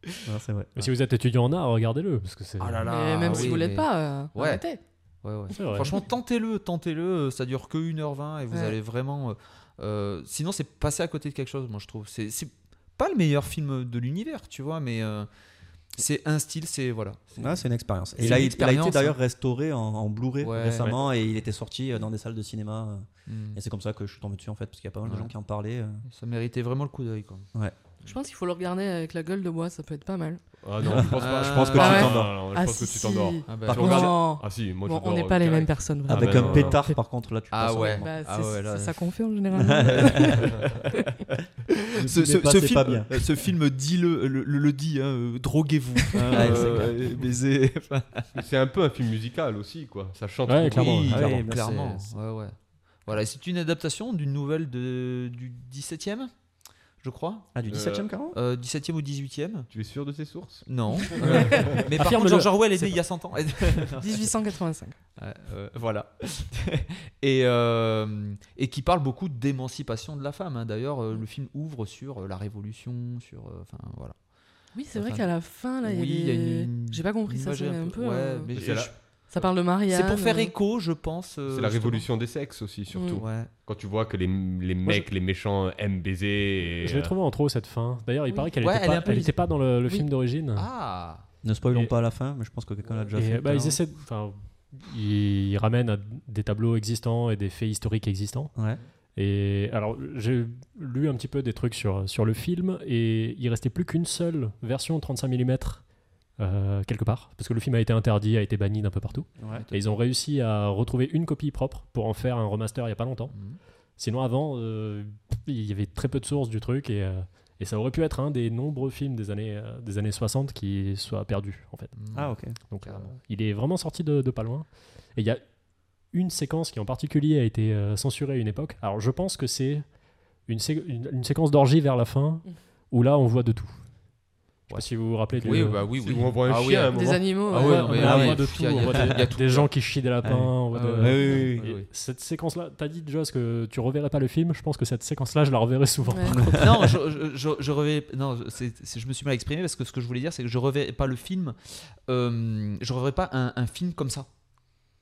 A: Non, c'est vrai.
F: Mais si vous êtes étudiant en art, regardez-le. Parce que c'est.
G: Ah là là.
H: Mais même
G: oui,
H: si vous
G: mais-
H: l'êtes pas, euh,
G: Ouais.
H: arrêtez.
G: Ouais, ouais.
F: C'est vrai.
G: Franchement, tentez-le, tentez-le. euh, Ça dure que 1h20 et vous
H: Ouais.
G: allez vraiment. euh, euh, sinon, c'est passer à côté de quelque chose, moi, je trouve. C'est c'est pas le meilleur film de l'univers, tu vois, mais. euh, C'est un style, c'est voilà.
A: Ah, c'est une expérience.
G: Et
A: Et
G: la
A: là, il, il a été
G: expérience, hein.
A: d'ailleurs restauré en, en Blu-ray
G: Ouais.
A: récemment et il était sorti euh, dans des salles de cinéma. euh,
G: Mm.
A: Et c'est comme ça que je suis tombé dessus en fait, parce qu'il y a pas mal de
G: Ouais.
A: gens qui en parlaient. euh.
G: Ça méritait vraiment le coup d'œil. quoi.
H: Je pense qu'il faut le regarder avec la gueule de bois, ça peut être pas mal.
E: Ah non, je pense pas.
G: Je pense que
H: tu
E: Ah ouais.
A: t'endors.
E: Non, non, Je
H: ah
E: pense
H: si,
E: que tu t'endors.
H: si.
G: Ah, bah,
A: Par
G: tu
A: contre,
G: regardes-
H: Non,
E: Ah si, moi je
H: Bon, on
E: dors,
H: n'est
E: euh,
H: pas les
E: carré.
H: mêmes personnes. vraiment.
E: Ah,
A: Avec
E: bah,
A: un
E: non, non.
A: pétard, par contre, là, tu
G: Ah
A: passes
G: ouais.
A: vraiment.
H: Bah,
G: Ah
H: c'est-
G: ouais, là,
H: ça,
G: là.
H: ça confirme généralement.
A: Le
G: ce,
A: petit
G: ce-
A: débat,
G: ce
A: c'est
G: film,
A: pas bien.
G: euh, ce film dit le, le, le- le dit, hein, euh, droguez-vous. hein, euh, euh, baisez. Enfin,
E: C'est un peu un film musical aussi, quoi. Ça chante.
F: Ouais,
E: beaucoup.
F: clairement,
G: oui,
F: ouais,
G: clairement,
A: bah,
G: clairement,
A: c'est-
G: ouais, ouais. Voilà, c'est une adaptation d'une nouvelle de, du 17e, je crois.
A: Ah, du
E: Euh,
A: 17 e carrément
G: Euh, 17e ou 18e
E: Tu es sûr de tes sources
G: Non. Euh, Mais par contre,
F: Affirme-le.
G: George Orwell est né il y a 100 ans.
H: 1885.
G: Ouais, euh, voilà. et, euh, et qui parle beaucoup d'émancipation de la femme. hein. D'ailleurs, euh, le film ouvre sur euh, la révolution, sur. euh, Enfin, voilà.
H: Oui, c'est vrai
G: Enfin,
H: qu'à la fin, là, il
G: Oui,
H: y a des...
G: une-
H: J'ai pas compris
G: une
H: ça,
G: imagerie
H: c'est un peu...
G: ouais,
H: euh,
G: mais
E: C'est la-
G: je-
H: Ça parle de mariage. euh,
G: C'est pour faire écho, je pense. euh,
E: C'est la
G: justement.
E: révolution des sexes aussi, surtout.
G: Ouais.
H: Mm.
E: Quand tu vois que les, les mecs, les méchants aiment baiser. Et,
F: Je l'ai
E: euh,
F: trouvé en trop cette fin. D'ailleurs, il
H: Oui.
F: paraît qu'elle
G: Ouais,
F: n'était
G: elle est un
F: pas,
G: peu
F: elle
G: vis-
F: était pas dans le, le
G: Oui.
F: film d'origine.
G: Ah
A: Ne spoilons
F: et-
A: pas à la fin, mais je pense que quelqu'un l'a déjà
F: Et,
A: fait.
F: bah, ils essaient. de- Enfin, ils ils ramènent à des tableaux existants et des faits historiques existants.
A: Ouais.
F: Et alors, j'ai lu un petit peu des trucs sur, sur le film et il restait plus qu'une seule version 35 mm euh, quelque part, parce que le film a été interdit, a été banni d'un peu partout. Et ils ont réussi à retrouver une copie propre pour en faire un remaster il y a pas longtemps.
G: Mhm.
F: Sinon, avant, euh, il y avait très peu de sources du truc et, euh, et ça aurait pu être un des nombreux films des années, euh, des années 60 qui soit perdu en fait.
G: Mm.
A: Ah, ok.
F: Donc euh,
G: Carrément.
F: il est vraiment sorti de, de pas loin. Et il y a une séquence qui en particulier a été euh, censurée à une époque. Alors je pense que c'est une, sé- une- une séquence d'orgie vers la fin
H: Mm.
F: où là on voit de tout. Je sais pas si vous vous rappelez.
G: Oui,
F: de-
G: bah oui, oui.
E: où on voit un
G: ah,
E: chien,
G: oui,
E: un
H: Des
E: moment.
H: animaux. euh,
G: Ah
H: ouais.
G: oui,
F: on
G: mais
F: voit-
G: ah
F: on
G: oui,
F: voit de
G: il
F: tout.
G: y a-
F: on voit
G: il y a
F: des-
G: tout,
F: des
G: là.
F: gens qui chient des lapins. on voit
G: Ah
F: de-
G: ouais.
A: Oui, oui, oui.
G: Oui, oui.
F: Cette séquence-là, t'as dit Joss que tu reverrais pas le film. Je pense que cette séquence-là, je la reverrai souvent.
H: Ouais.
G: non, je, je, je, je reverrai- non c'est- c'est- je me suis mal exprimé parce que ce que je voulais dire, c'est que je reverrai pas le film. euh, je reverrai pas un, un film comme ça.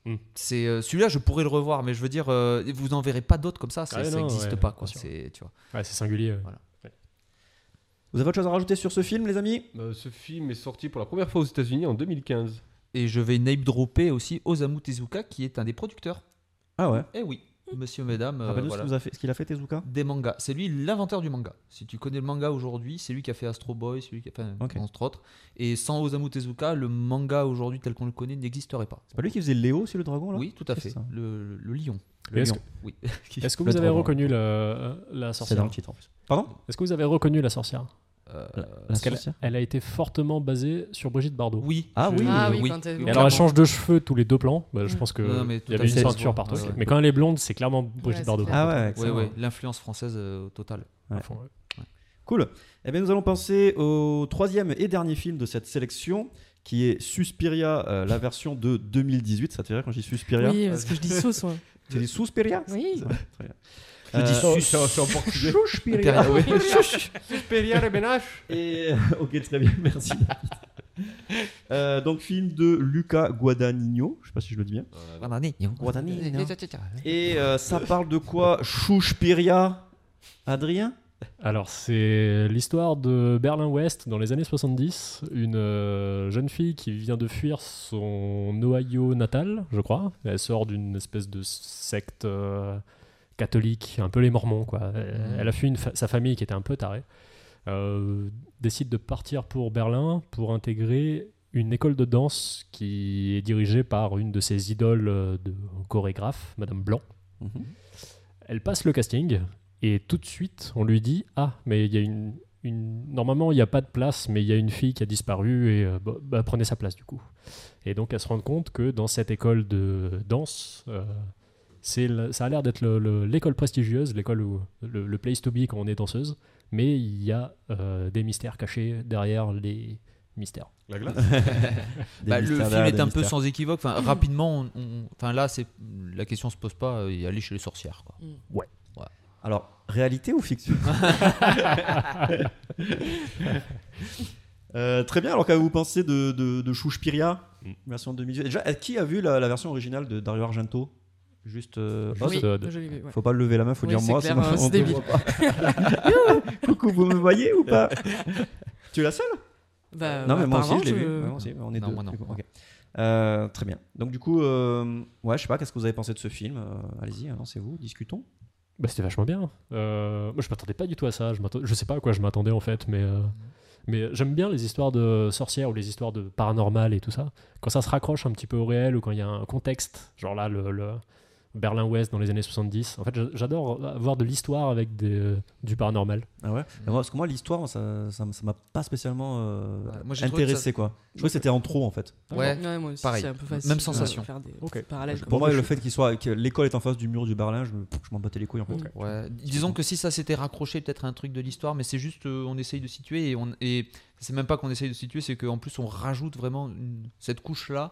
F: Hmm.
G: C'est euh, celui-là, je pourrais le revoir, mais je veux dire, euh, vous en verrez pas d'autres comme ça. c'est-
F: Ah,
G: ça
F: non,
G: n'existe
F: ouais,
G: pas, quoi.
F: bien sûr.
G: C'est tu vois.
F: Ouais, c'est singulier. ouais.
A: Vous avez autre chose à rajouter sur ce film, les amis
E: Euh, ce film est sorti pour la première fois aux États-Unis en 2015.
G: Et je vais name dropper aussi Osamu Tezuka, qui est un des producteurs.
A: Ah ouais
G: Eh oui, Monsieur, Mesdames, euh,
A: Rappelle-nous
G: voilà.
A: ce qu'il a fait- ce qu'il a fait, Tezuka
G: des mangas. C'est lui l'inventeur du manga. Si tu connais le manga aujourd'hui, c'est lui qui a fait Astro Boy, c'est lui qui a fait
A: Ok.
G: entre autres. Et sans Osamu Tezuka, le manga aujourd'hui tel qu'on le connaît n'existerait pas.
A: C'est pas lui qui faisait Léo sur le dragon, là
G: Oui, tout à
A: C'est
G: fait.
A: ça.
G: Le, le lion.
F: Mais Est-ce
A: lion.
F: que,
G: Oui.
F: est-ce que
A: Le
F: vous avez
A: dragon.
F: reconnu le- la
A: C'est dans
F: sorcière
A: le titre en plus. Pardon
F: Est-ce que vous avez reconnu la sorcière
G: Euh,
A: La
F: Parce qu'elle-
A: sorcière
F: Elle a été fortement basée sur Brigitte Bardot.
G: oui.
A: Ah oui.
H: Ah oui, quand elle-
F: Et alors
G: clairement.
F: elle change de cheveux tous les deux plans. Bah, je
H: Mm.
F: pense que
G: Non, non, mais tout
F: il y
G: à
F: avait une
G: fait, ça se
F: ceinture
G: voit.
F: par
G: Ouais,
F: truc.
G: ouais.
F: Mais quand elle est blonde, c'est clairement Brigitte
H: c'est
F: Bardot.
H: clair.
A: Ah ouais,
G: Oui,
A: excellent.
G: oui, l'influence française euh, totale.
F: À fond, ouais.
A: Cool. Eh bien, nous allons penser au troisième et dernier film de cette sélection, qui est Suspiria, euh, la version de 2018. Ça te fait rire quand je dis Suspiria
H: Oui, parce que je dis sauce, moi.
A: Tu dis Suspiria
H: Oui.
A: Je dis
E: Oh, c'est en- c'est en portugais.
A: Suspiria.
G: Oui.
E: Supérieur et Ménage.
A: Et... euh, Ok, très bien, merci. Euh, donc, film de Luca Guadagnino, je sais pas si je le dis bien. Guadagnino. Et euh, ça parle de quoi Suspiria Adrien
F: Alors c'est l'histoire de Berlin-Ouest dans les années 70. Une euh, jeune fille qui vient de fuir son Ohio natal, je crois. Elle sort d'une espèce de secte euh, catholique, un peu les Mormons quoi. Elle,
G: Mhm.
F: elle a fui une fa- sa famille qui était un peu tarée. Euh, décide de partir pour Berlin pour intégrer une école de danse qui est dirigée par une de ses idoles euh, de chorégraphe, Madame Blanc.
A: Mhm.
F: Elle passe le casting et tout de suite, on lui dit Ah, mais il y a une. une- Normalement, il n'y a pas de place, mais il y a une fille qui a disparu et euh, bah, bah, prenez sa place du coup. Et donc, elle se rend compte que dans cette école de danse, euh, c'est le- ça a l'air d'être le- le- l'école prestigieuse, l'école où le, le place to be quand on est danseuse, mais il y a euh, des mystères cachés derrière les mystères.
E: La glace.
A: Des mystères
G: Bah, le film
A: derrière
G: est
A: des
G: un peu
A: mystères.
G: sans équivoque. Enfin, rapidement, on- on- enfin là, c'est la question se pose pas. euh, Et aller chez les sorcières. Quoi.
A: Alors, réalité ou fiction Euh, très bien, alors qu'avez-vous pensé de, de, de Chouchpiria,
E: Mm.
A: version 2018 Déjà, euh, qui a vu la, la version originale de Dario Argento Juste. euh,
F: Juste,
A: Oz
H: Oui,
F: euh, de-
H: je l'ai vu. ouais.
A: Faut pas lever la main, faut
H: Oui,
A: dire
H: c'est
A: moi,
H: clair,
A: sinon
H: euh, c'est
A: on te
H: débile.
A: voit pas. Coucou, vous me voyez ou pas Tu es la seule
H: Bah,
A: non, mais moi aussi,
H: apparemment,
A: je l'ai vu.
H: je-
A: Ouais, moi aussi, on est
G: Non,
A: deux.
G: moi non.
A: du coup, ok. Euh, très bien. Donc, du coup, euh, ouais, je sais pas, qu'est-ce que vous avez pensé de ce film Euh, Allez-y, lancez-vous, discutons.
F: Bah, c'était vachement bien. Euh, moi, je m'attendais pas du tout à ça. Je, m'attend- je sais pas à quoi je m'attendais en fait, mais, euh, mais j'aime bien les histoires de sorcières ou les histoires de paranormal et tout ça. Quand ça se raccroche un petit peu au réel ou quand il y a un contexte, genre là, le, le Berlin-Ouest dans les années 70. En fait, j'a- j'adore avoir de l'histoire avec des, euh, du paranormal.
A: Ah ouais Bah, moi, Parce que moi, l'histoire, ça ça m- ça m'a pas spécialement euh,
G: Ouais, moi, j'ai trouvé que
A: intéressé, quoi. Je trouvais que c'était en trop, en fait.
G: Ouais.
H: moi aussi,
G: pareil.
H: c'est un peu facile.
G: Même
H: de
G: sensation.
H: faire des
F: Ok.
H: parallèles
A: Pour
H: comme
A: moi,
H: ça.
A: le fait qu'il soit, que l'école est en face du mur du Berlin, je, me- je m'en battais les couilles, en fait.
H: Mm.
G: Ouais. Disons que si ça s'était raccroché peut-être à un truc de l'histoire, mais c'est juste euh, on essaye de situer et on et c'est même pas qu'on essaye de situer, c'est qu'en plus on rajoute vraiment une- cette couche là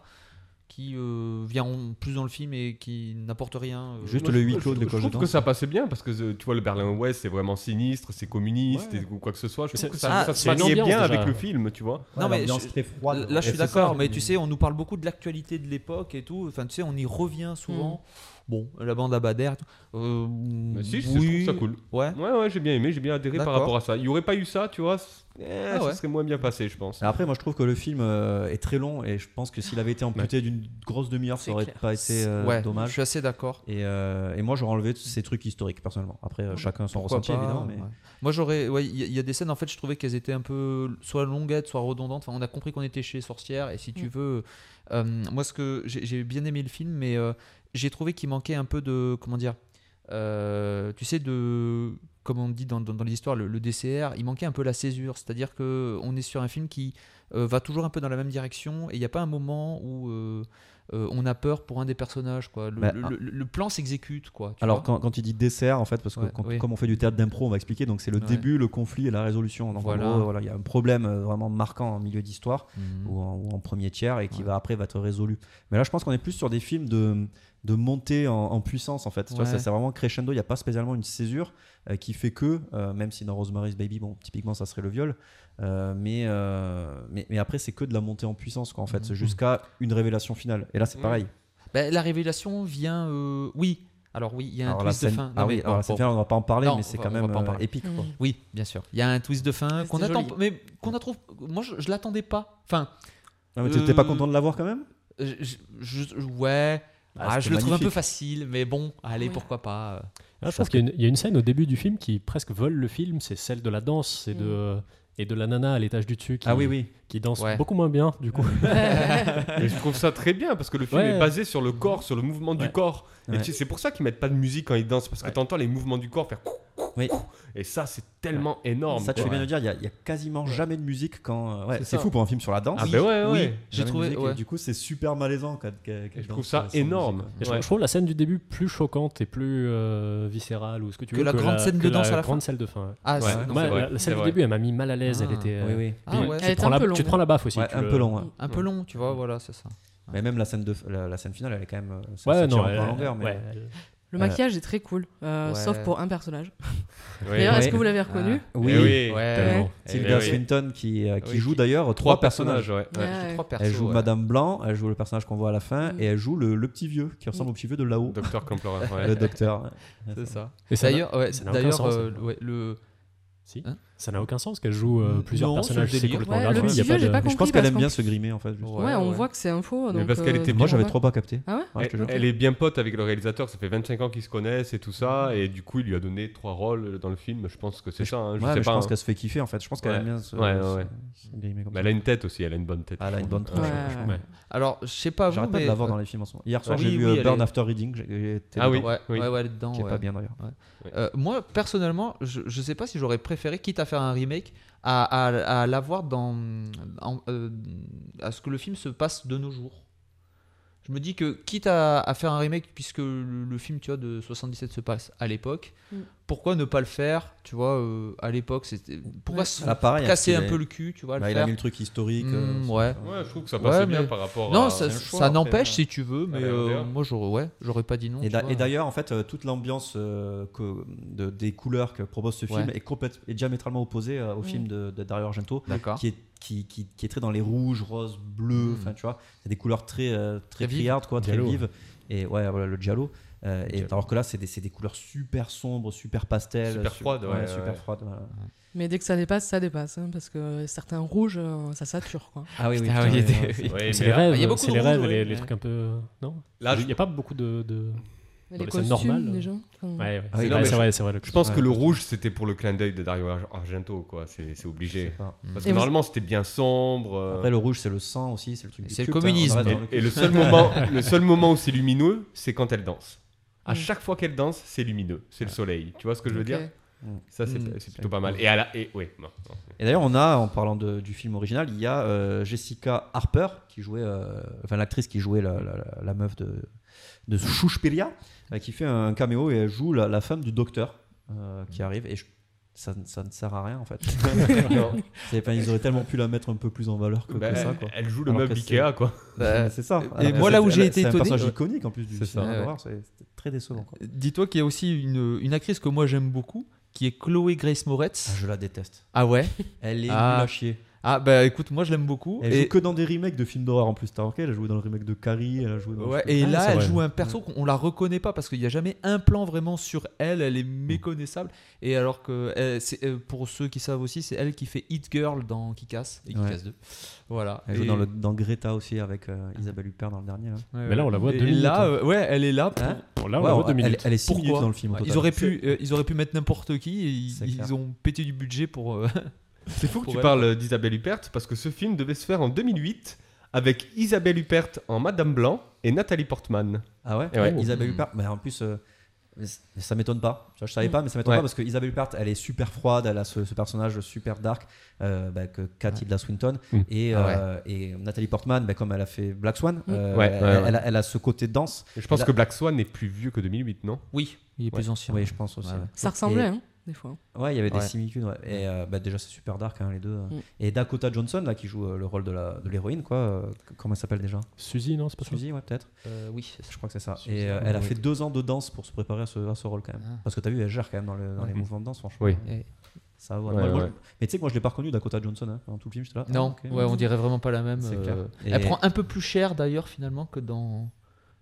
G: qui euh, vient en plus dans le film et qui n'apporte rien. euh,
A: Juste
E: Moi,
A: le
E: je-
A: huis
E: je
A: clos de
E: trouve-
A: l'école
E: Je
A: de
E: trouve que
A: danse.
E: ça passait bien parce que euh, tu vois, le Berlin-Ouest, c'est vraiment sinistre, c'est communiste
A: Ouais.
E: et- ou quoi que ce soit. Je trouve
F: C'est-
E: que ça,
G: ah,
E: ça se
F: c'est une
E: maniait bien
F: ambiance, déjà.
E: avec le film, tu vois.
G: Non, mais
J: l'ambiance
G: je-
J: très froide.
G: Là, je
J: Et
G: suis
J: c'est
G: d'accord,
J: ça.
G: mais tu sais, on nous parle beaucoup de l'actualité de l'époque et tout. Enfin, tu sais, on y revient souvent. Bon, la bande à Bader. Euh,
E: Mais si, je- je
G: oui.
E: trouve ça cool.
G: Ouais.
E: Ouais, ouais, j'ai bien aimé, j'ai bien adhéré par
G: D'accord.
E: rapport à ça. Il n'y aurait pas eu ça, tu vois, c- eh,
G: Ah ouais.
E: ça serait moins bien passé, je pense.
A: Après, moi, je trouve que le film euh, est très long et je pense que s'il avait été amputé d'une grosse demi-heure,
H: C'est
A: ça aurait
H: clair.
A: pas été euh,
G: ouais, Je
A: dommage.
G: suis assez d'accord.
A: Et, euh, et moi, j'aurais enlevé tous ces trucs historiques, personnellement. Après, euh, chacun son
G: Pourquoi
A: ressenti,
G: pas,
A: évidemment. Mais...
G: ouais. Moi, j'aurais. ouais, Il y, a- il y a des scènes, en fait, je trouvais qu'elles étaient un peu soit longuettes, soit redondantes. Enfin, on a compris qu'on était chez Sorcière. Et si tu
H: Mm.
G: veux. euh, moi, ce que j'ai j'ai bien aimé le film, mais euh, j'ai trouvé qu'il manquait un peu de. Comment dire euh, Tu sais, de. Comme on dit dans, dans, dans l'histoire, le, le DCR, il manquait un peu la césure. C'est-à-dire que on est sur un film qui euh, va toujours un peu dans la même direction. Et il n'y a pas un moment où. euh, euh, on a peur pour un des personnages quoi. Le,
A: Bah,
G: le- le- le plan s'exécute quoi. tu
A: Alors,
G: vois.
A: quand, quand il dit dessert, en fait, parce que
G: Ouais,
A: quand-
G: oui.
A: comme on fait du théâtre d'impro, on va expliquer. Donc, c'est le
G: Ouais.
A: début, le conflit et la résolution. Donc, en
G: Voilà.
A: gros, voilà, il y a un problème euh, vraiment marquant en milieu d'histoire.
G: Mhm.
A: ou en, ou en premier tiers et qui
G: Ouais.
A: va après va être résolu. Mais là, je pense qu'on est plus sur des films de, de montée en, en puissance en fait. Tu vois,
G: Ouais.
A: ça- c'est vraiment crescendo. Il n'y a pas spécialement une césure euh, qui fait que, euh, même si dans Rosemary's Baby, bon, typiquement, ça serait le viol, euh, mais, euh, mais mais après, c'est que de la montée en puissance quoi en fait,
G: Mhm.
A: jusqu'à une révélation finale. Et là, c'est
E: Mhm.
A: pareil.
G: Bah, la révélation vient. euh, Oui. Alors oui, il y a un
A: alors la
G: twist de
A: scène,
G: fin.
A: ah
G: Non,
A: oui,
G: mais
A: alors
G: bon,
A: la scène
G: bon.
A: finale, on va pas en parler,
G: Non,
A: mais
G: on
A: c'est
G: va-
A: quand
G: on va
A: même
G: pas en
A: euh,
G: parler.
A: épique. Quoi.
H: Mm.
G: Oui, bien sûr. Il y a un twist de fin
H: Ah, C'était
G: qu'on attend,
H: joli.
G: mais qu'on attend. Moi, je, je l'attendais pas. Enfin,
A: Non, mais t'es- t'es pas
G: Euh,
A: content de l'avoir quand même
G: euh, je, je- je- ouais.
A: Ah,
G: Ah, je
A: c'était
G: le trouve un peu
A: magnifique.
G: facile, mais bon, allez,
H: Oui.
G: pourquoi pas. euh.
F: Ah, je pense qu'il y, a une- il y a une scène au début du film qui presque vole le film, c'est celle de la danse et, de, et de la nana à l'étage du dessus qui,
A: Ah oui, oui.
F: qui danse
G: Ouais.
F: beaucoup moins bien du coup.
E: Et je trouve ça très bien parce que le film
F: Ouais.
E: est basé sur le corps, sur le mouvement
A: Ouais.
E: du corps.
A: Ouais.
E: Et tu- c'est pour ça qu'ils mettent pas de musique quand ils dansent parce que
A: Ouais.
E: t'entends les mouvements du corps faire coucou
A: Oui.
E: Et ça, c'est tellement énorme.
A: Ça, tu fais
E: quoi.
A: bien de le dire, il y a- il y, a quasiment jamais de musique quand. euh, ouais,
E: C'est
A: c'est
E: ça.
A: fou pour un film sur la danse.
E: Ah, bah ouais, ouais.
G: Oui,
E: ouais.
G: j'ai
A: Jamais de
G: trouvé.
A: musique,
G: ouais.
A: et du coup, c'est super malaisant quand, quand- quand
E: Et je
A: dans-
E: trouve ça
A: sans musique,
E: énorme.
A: quoi.
F: Et je,
E: Ouais.
F: je trouve la scène du début plus choquante et plus euh, viscérale ou ce que tu
G: Que
F: veux.
G: la grande scène de
F: que
G: danse à la
F: grande scène de fin. ouais.
G: Ah,
E: Ouais.
G: c'est- non,
E: Ouais.
F: Moi,
E: vrai,
F: la, la
E: c'est
F: scène du
E: vrai.
F: début, elle m'a mis mal à l'aise.
G: Ah.
F: Elle était. euh,
A: Oui, oui.
G: Ah
F: puis
G: ouais.
F: tu,
H: Elle était
F: prends
H: un
F: la,
H: peu longue,
F: tu te prends la baffe aussi.
A: Ouais,
F: tu
A: un
F: le-
E: euh,
A: peu long. ouais.
G: un peu long, tu vois, voilà, c'est ça.
A: Mais même la scène de la, la scène finale, elle est quand même. euh, Ça,
F: Ouais,
A: ça tire
F: non.
A: un peu
F: elle-
A: en longueur, mais
F: ouais, elle-
H: Le maquillage est très cool, euh,
G: Ouais.
H: sauf pour un personnage.
E: Oui.
H: D'ailleurs, est-ce
A: Ouais.
H: que vous l'avez reconnu
A: oui.
E: Eh
G: Ouais,
E: oui.
G: ouais.
H: tellement.
A: Sylvia
E: Eh oui.
A: Swinton qui, euh, qui
G: Oui,
A: joue
G: qui-
A: d'ailleurs trois personnages.
E: ouais.
H: Ouais,
G: J'ai
H: ouais.
G: trois persos,
A: Elle joue
G: ouais.
A: Madame Blanc, elle joue le personnage qu'on voit à la fin,
H: Mm.
A: et elle joue le, le petit vieux qui ressemble
H: Mm.
A: au petit vieux de là-haut,
E: Docteur Camplorin.
A: le docteur.
G: C'est ça.
F: Et ça n'a-
G: D'ailleurs, ouais,
F: ça n'a aucun
G: d'ailleurs,
F: sens,
G: euh,
F: ça.
G: ouais, le.
F: Si.
G: Hein
F: ça n'a aucun sens qu'elle joue euh,
G: Non,
F: plusieurs
G: c'est le
F: personnages. C'est
G: délire.
F: complètement
H: Ouais,
F: grave.
H: le
F: il y a
H: petit
F: pas
H: vieux, j'ai
F: de-
H: pas
A: Mais je
H: compris
A: pense qu'elle
H: parce
A: aime
H: qu'en
A: bien
H: plus-
A: se grimer en fait. juste.
H: Ouais, on voit que c'est un faux.
E: Mais
H: donc,
E: parce qu'elle
H: euh,
E: était
A: Moi
E: bien,
A: j'avais
H: ouais.
A: trop pas capté.
H: Ah ouais
A: je te jure.
E: Elle, elle est bien pote avec le réalisateur, ça fait 25 ans qu'ils se connaissent et tout ça, et du coup il lui a donné trois rôles dans le film, je pense que c'est ça, hein, je
A: Ouais,
E: sais
A: mais je
E: pas.
A: pense
E: hein.
A: qu'elle se fait kiffer en fait. Je pense qu'elle
E: Ouais.
A: aime bien se,
E: Ouais, ouais,
A: se-
E: ouais.
A: se grimer comme
E: Bah,
A: ça.
E: elle a une tête aussi, elle a une bonne tête.
A: Ah, elle a une bonne tronche.
H: Ouais.
A: franchement.
H: Ouais.
G: Alors, je sais pas Ah, vous,
A: J'arrête pas
G: mais.
A: de la voir dans les films en ce moment. Hier soir,
G: oui,
A: j'ai vu
G: oui,
A: euh,
G: elle
A: Burn
G: est-
A: After Reading. j'ai- j'étais
E: Ah oui.
A: dedans,
G: Ouais, ouais, ouais, elle est dedans.
A: Qui est
G: ouais.
A: pas bien d'ailleurs.
G: Euh, moi, personnellement, je, je sais pas si j'aurais préféré, quitte à faire un remake, à, à, à l'avoir dans. en- euh, à ce que le film se passe de nos jours. Je me dis que, quitte à, à faire un remake, puisque le, le film tu vois, de 77 se passe à l'époque,
H: Mm.
G: pourquoi ne pas le faire Tu vois, euh, à l'époque, c'était. Pourquoi
H: Ouais.
G: se
A: Là, Ah, pareil.
G: casser
A: parce
G: un
A: qu'il
G: peu
A: a-
G: le cul, tu vois,
A: Bah,
G: le
A: il a
G: faire
A: mis le truc historique.
G: Mm,
A: euh,
G: ouais.
E: Ouais, je trouve que ça
G: Ouais,
E: passait
G: mais-
E: bien par rapport à.
G: Non, ça,
A: Ah, c'est un choix,
G: ça
A: après,
G: n'empêche
A: hein.
G: si tu veux, mais
E: Ouais,
G: euh,
E: d'ailleurs.
G: moi j'aurais, ouais, j'aurais pas dit non.
A: Et
G: tu
A: d'a-
G: vois.
A: et d'ailleurs, en fait, euh, toute l'ambiance euh, que- de- des couleurs que propose ce film
G: Ouais.
A: est, complète, est diamétralement opposée euh, au
H: Mm.
A: film de, de Dario Argento,
G: D'accord.
A: qui est, qui, qui, qui est très dans les rouges, roses, bleus.
G: Mm.
A: Enfin, tu vois, c'est des couleurs très, euh,
G: Très
A: très
G: vives.
A: criardes, quoi, très
F: Giallo.
A: vives. Et ouais, voilà, le giallo. Euh, et
E: Giallo.
A: alors que là, c'est des, c'est des couleurs super sombres, super pastel,
E: Super froides, ouais,
A: super
E: ouais.
A: froides. voilà.
H: Mais dès que ça dépasse, ça dépasse. hein, parce que certains rouges, euh, ça sature. Quoi.
G: Ah oui, oui.
F: Putain,
G: putain,
F: oui,
G: ouais,
F: des-
G: ouais.
E: Ouais,
F: C'est
E: mais
F: les
E: là-
F: rêves,
G: il y a beaucoup
F: c'est
G: de
F: les
G: rouge,
F: rêves,
G: ouais.
F: les, les
G: Ouais.
F: trucs un peu. Non
E: Là,
F: Il
E: je,
F: n'y a pas beaucoup de. de-
H: Mais
F: Dans
H: les
F: les scènes
H: costumes,
F: normales.
H: les gens. enfin,
F: Ouais, ouais.
A: Ah oui,
F: Ouais,
E: non, mais
F: c'est
E: je-
F: vrai, c'est vrai. le-
E: je pense
A: Ouais.
E: que le rouge, c'était pour le clin d'œil de Dario Ar- Argento, quoi. C'est c'est obligé. Parce que
H: Et vous-
E: normalement, c'était bien sombre. euh,
A: Après, le rouge, c'est le sang aussi, c'est le truc.
G: Et
A: du
G: c'est le
A: culte, hein, on
G: communisme.
A: arrête dans
E: Et, et
A: culte.
E: le seul moment, le seul moment où c'est lumineux, c'est quand elle danse. À
H: Mm.
E: chaque fois qu'elle danse, c'est lumineux, c'est le soleil. Tu vois ce que je veux
H: ok.
E: dire Ça, c'est
G: Mm.
E: c'est plutôt pas mal. Et à la, et ouais, non, non.
A: Et d'ailleurs, on a, en parlant de- du film original, il y a euh, Jessica Harper, qui jouait, euh, enfin l'actrice qui jouait la, la- la- la meuf de, de Suspiria, euh, qui fait un caméo et elle joue la, la femme du docteur euh,
G: Mm.
A: qui arrive. Et je- ça, ne- ça ne sert à rien en fait.
E: Non.
A: C'est- enfin, ils auraient tellement pu la mettre un peu plus en valeur que, que
E: Bah,
A: ça. Quoi.
E: Elle joue le
A: Alors
E: meuble
A: que c'est-
E: Ikea, quoi.
G: Bah,
A: c'est ça.
G: et moi, là où
A: c'est-
G: j'ai
A: elle-
G: été
A: C'est un
G: étonné- euh,
A: personnage iconique en plus du
E: C'est ça.
A: cinéma
G: Ouais, ouais.
A: d'horreur, c'est c'est très décevant. quoi.
G: Dis-toi qu'il y a aussi une, une actrice que moi j'aime beaucoup, qui est Chloé Grace
A: Ah,
G: Moretz.
A: je la déteste.
G: Ah ouais
A: Elle est
G: Ah.
A: nulle à chier.
G: Ah bah écoute, moi je l'aime beaucoup.
A: Elle joue
G: et
A: que dans des remakes de films d'horreur en plus. T'as remarqué, elle a joué dans le remake de Carrie, elle a joué dans.
G: ouais,
A: je sais
G: et
F: Ah,
G: là,
F: c'est
G: elle
F: vrai.
G: joue un perso qu'on la reconnaît pas parce qu'il n'y a jamais un plan vraiment sur elle. Elle est méconnaissable. Et alors que, euh, c'est, euh, pour ceux qui savent aussi, c'est elle qui fait Hit Girl dans Kick-Ass et
A: Ouais.
G: Kick-Ass 2. Voilà.
A: Elle joue
G: Et-
A: dans, le, dans Greta aussi avec euh, Isabelle Huppert dans le dernier. là.
G: Ouais,
F: Mais là, on la voit
G: Et
F: deux minutes,
G: Là,
F: hein.
G: euh, ouais, elle est là. pour-
A: Hein
F: Bon, là, Ah, on
A: Ouais,
F: la
A: on-
F: voit deux
A: elle,
F: minutes.
A: elle est 6
G: Pourquoi
A: minutes dans le film. au
G: Ouais,
A: total.
G: ils auraient pu, euh, ils auraient pu mettre n'importe qui. Et ils,
A: C'est clair.
G: ils ont pété du budget pour. euh,
E: C'est fou que
G: Pour
E: tu
G: elle.
E: parles euh, d'Isabelle Huppert parce que ce film devait se faire en 2008 avec Isabelle Huppert en Madame Blanc et Nathalie Portman.
A: Ah ouais,
E: Et ouais.
A: Isabelle
G: Mm.
A: Huppert. mais en plus, euh, c- ça m'étonne pas. Tu vois, Je
G: Mmh.
A: savais pas, mais ça m'étonne
E: Ouais.
A: pas parce que Isabelle Huppert, elle est super froide. Elle a ce, ce personnage super dark euh, bah, que Cathy de la Swinton.
F: Mm.
A: Et,
G: Ah ouais. Mmh.
A: euh, et Nathalie Portman, bah, comme elle a fait Black Swan, euh,
E: Ouais, ouais,
A: elle,
E: ouais.
A: elle a, elle a ce côté dense.
E: Et je pense
A: Là-
E: que Black Swan est plus vieux que 2008, non
G: Oui, il est plus ancien.
A: Oui, je pense aussi.
G: Ouais, ouais.
H: Ça ressemblait, hein, des fois.
A: Ouais, il y avait des
G: Ouais.
A: similitudes. ouais. Et euh, bah, déjà, c'est super dark, hein, les deux. euh.
H: Mm.
A: Et Dakota Johnson, là, qui joue euh, le rôle de la- de l'héroïne, de quoi. euh, c- comment elle s'appelle déjà
F: Suzy, non, c'est pas ça
A: Suzy, ouais, peut-être.
G: Euh, oui, c'est ça.
A: Je crois que c'est ça.
F: Suzy,
A: Et euh,
F: ouais,
A: elle a
F: ouais.
A: fait deux ans de danse pour se préparer à ce, à ce rôle quand même.
G: Ah.
A: Parce que t'as vu, elle gère quand même dans, le- dans les
E: Ouais.
A: mouvements de danse, franchement.
E: Oui.
G: Ouais.
A: Ça va.
E: Ouais,
A: Moi, moi,
E: ouais.
A: je- Mais tu sais que moi, je l'ai pas reconnu Dakota Johnson hein, dans tout le film. J'étais là. ah,
G: Non,
A: ok.
G: ouais, on dirait vraiment pas la même.
A: C'est clair.
G: euh,
A: Et-
G: Elle prend un peu plus cher d'ailleurs finalement que dans.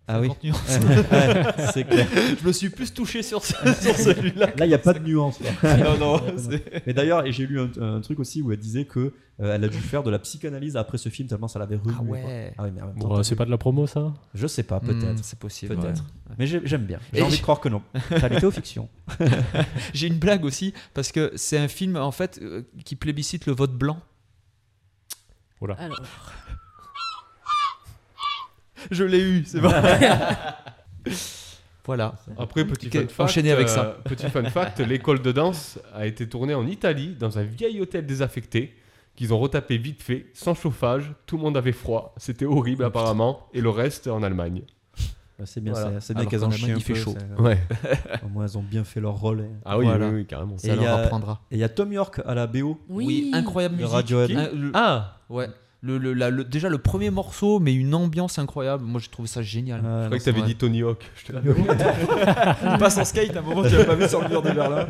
A: Ah oui.
G: 50 nuances.
A: Ouais, c'est clair.
G: je me suis plus touché sur, ce- sur celui-là.
A: Là, il n'y a pas de nuance. quoi.
G: non, non. c'est-
A: Mais d'ailleurs, et j'ai lu un, un truc aussi où elle disait que euh, elle a dû faire de la psychanalyse après ce film tellement ça l'avait remué.
G: Ah ouais.
A: quoi. Ah oui, mais en même temps,
F: Bon, euh, c'est pas de la promo, ça
A: je sais pas,
G: Hmm,
A: peut-être.
G: c'est possible.
A: Peut-être.
G: ouais.
A: Mais j'ai- j'aime bien. J'ai
G: Et-
A: envie de croire que non. Réalité ou fiction
G: J'ai une blague aussi parce que c'est un film en fait euh, qui plébiscite le vote blanc.
H: Alors,
G: Je l'ai eu, c'est vrai. voilà.
E: Après, petit
G: Ok,
E: fun fact, euh,
G: enchaînez avec ça.
E: petit fun fact, l'école de danse a été tournée en Italie dans un vieil hôtel désaffecté qu'ils ont retapé vite fait, sans chauffage, tout le monde avait froid, c'était horrible apparemment, et le reste en Allemagne.
A: Bah, C'est bien,
G: Voilà.
A: c'est- c'est bien
G: Alors
A: qu'elles
G: qu'en
A: en
G: Allemagne,
A: chient un
G: il fait
A: peu,
G: chaud.
A: c'est- euh,
E: Ouais.
A: Au moins, elles ont bien fait leur rôle. et-
E: Ah oui,
G: Voilà.
E: oui, oui, carrément.
A: Et
G: Ça
A: il y
G: leur
A: a-
G: apprendra.
A: Et il y a Tom York à la BO.
H: oui.
G: incroyable
A: de
G: musique.
A: Radiohead.
G: Un- le-
E: Ah,
G: ouais. Le, le- la- le- déjà le premier morceau, mais une ambiance incroyable. Moi, j'ai trouvé ça génial.
E: je
A: Ah,
E: croyais que t'avais
G: ouais.
E: dit Tony Hawk. Je te
G: Il passe en skate à un moment, tu l'as pas vu sur le mur de Berlin.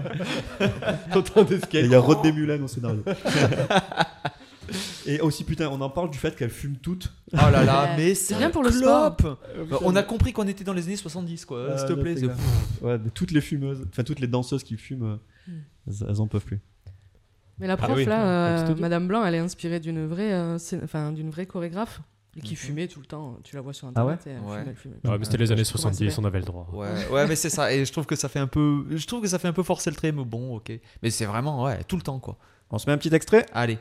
E: t'entendais
A: Et
E: skate.
A: il y a Rodney Mullen au scénario. et aussi, putain, on en parle du fait qu'elles fument toutes.
G: Oh là là,
H: Ouais.
G: mais c'est
H: bien pour le
G: clope. Bah, on a compris qu'on était dans les années 70, quoi.
A: Ah,
G: S'il te
A: là,
G: plaît.
A: c'est
G: c'est-
A: clair. Ouais, mais toutes les fumeuses, enfin toutes les danseuses qui fument, euh, elles, elles en peuvent plus.
H: Mais la
E: Ah
H: prof,
E: oui,
F: un
H: là, euh,
F: petit audio.
H: Madame Blanc, elle est inspirée d'une vraie, euh, scén- enfin, d'une vraie chorégraphe et qui fumait tout le temps. Tu la vois sur Internet et elle
G: Ouais.
H: fumait, elle fumait.
F: Ouais, mais c'était les années
H: Je sais pas comment
F: 70,
H: c'est
F: on avait le droit.
G: Ouais, ouais, mais c'est ça. Et je trouve que ça fait un peu, je trouve que ça fait un peu forcer le trait, mais bon, ok. Mais c'est vraiment, ouais, tout le temps, quoi.
A: On se met un petit extrait
G: Allez.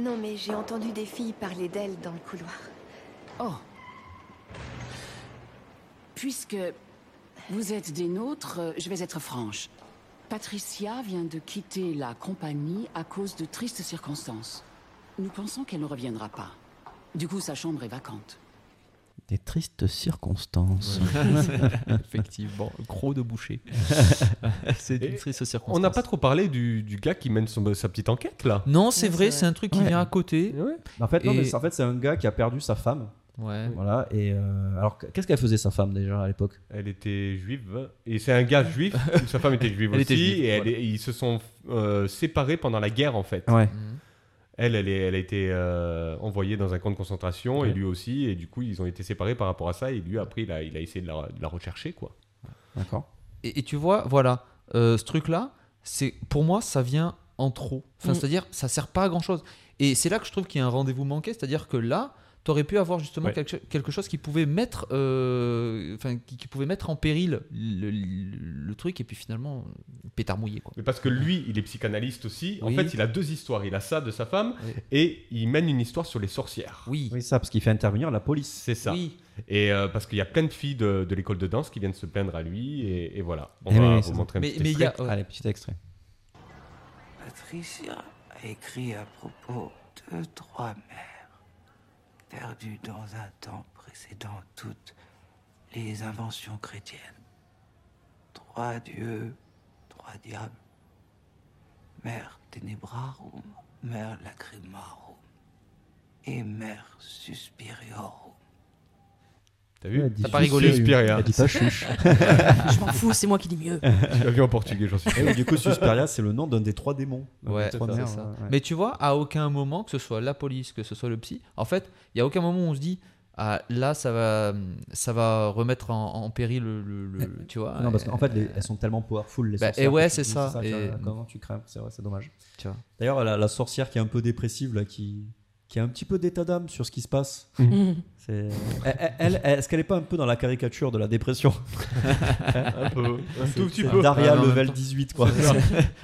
J: Non, mais j'ai entendu des filles parler d'elle dans le couloir.
K: Oh. Puisque vous êtes des nôtres, euh, je vais être franche. Patricia vient de quitter la compagnie à cause de tristes circonstances. Nous pensons qu'elle ne reviendra pas. Du coup, sa chambre est vacante.
A: Des tristes circonstances.
G: Effectivement, gros de boucher. c'est
E: Et
G: une triste circonstance.
E: On n'a pas trop parlé du, du gars qui mène son- sa petite enquête là.
G: Non, c'est
H: Ouais,
G: vrai,
H: c'est
G: c'est un truc qui
A: Ouais.
G: vient à côté.
A: En fait, non,
G: Et-
A: mais c'est- en fait, c'est un gars qui a perdu sa femme.
G: Ouais.
A: Voilà. Et euh, alors, qu'est-ce qu'elle faisait sa femme déjà à l'époque
E: Elle était juive. hein. Et c'est un gars juif. où sa femme était juive
G: Elle
E: aussi.
G: était juive,
E: et elle
G: voilà.
E: est- ils se sont euh, séparés pendant la guerre en fait.
A: Ouais.
G: Mhm.
E: Elle, elle, est- elle a été euh, envoyée dans un camp de concentration et lui aussi. Et du coup, ils ont été séparés par rapport à ça. Et lui, après, il a, il a essayé de la, de la rechercher quoi.
A: D'accord.
G: Et, et tu vois, voilà, euh, ce truc-là, c'est pour moi ça vient en trop. Enfin,
H: Mm.
G: c'est-à-dire ça sert pas à grand chose. Et c'est là que je trouve qu'il y a un rendez-vous manqué, c'est-à-dire que là, t'aurais pu avoir justement
F: Ouais.
G: quelque, quelque chose qui pouvait mettre, euh, enfin, qui, qui pouvait mettre en péril le, le- le truc et puis finalement pétard mouillé quoi.
E: Mais parce que lui, il est psychanalyste aussi. En
G: Oui.
E: fait, il a deux histoires. Il a ça de sa femme
G: Oui.
E: et il mène une histoire sur les sorcières.
G: Oui.
A: Oui, ça, parce qu'il fait intervenir la police.
E: C'est ça.
G: Oui.
E: Et euh, parce qu'il y a plein de filles de, de l'école de danse qui viennent se plaindre à lui. Et, et voilà. On
A: Eh oui,
E: va
A: oui,
E: vous
A: c'est
E: montrer un
G: Mais-
E: petit
G: mais il y a-
E: extrait.
G: ouais.
A: Allez, petit extrait.
C: Patricia a écrit à propos de trois mères, perdues dans un temps précédant toutes les inventions chrétiennes. Trois dieux, trois diables. Mère Tenebrarum, Mère Lacrimarum et Mère Suspiriorum.
E: T'as vu
G: T'as pas rigolé.
E: Suspiria.
A: Elle dit pas chuche.
H: Je m'en fous, c'est moi qui dis mieux.
E: Je l'ai vu en portugais, j'en suis sûr.
A: Et du coup, Suspiria, c'est le nom d'un des trois démons.
G: Ouais,
A: Des trois
G: c'est
A: mères,
G: ça.
A: ouais, ouais.
G: Mais tu vois, à aucun moment, que ce soit la police, que ce soit le psy, en fait, il y a aucun moment où on se dit ah, là, ça va, ça va remettre en, en péril le, le- le- tu vois.
A: Non, parce
G: euh,
A: qu'en fait, les- elles sont tellement powerful, les
G: Bah,
A: sorcières.
G: et ouais,
A: que tu
G: c'est
A: te dis,
G: ça,
A: tu vois,
G: et-
A: Comment tu crains C'est vrai, c'est dommage.
G: Tu vois.
A: D'ailleurs, la, la sorcière qui est un peu dépressive, là, qui, qui a un petit peu d'état d'âme sur ce qui se passe. c'est- Elle, elle- elle- est-ce qu'elle est pas un peu dans la caricature de la dépression
E: Un peu. Un tout petit
A: C'est
E: peu.
A: Daria
G: Ouais, mais en Ah, même
A: level
G: temps.
A: 18, quoi.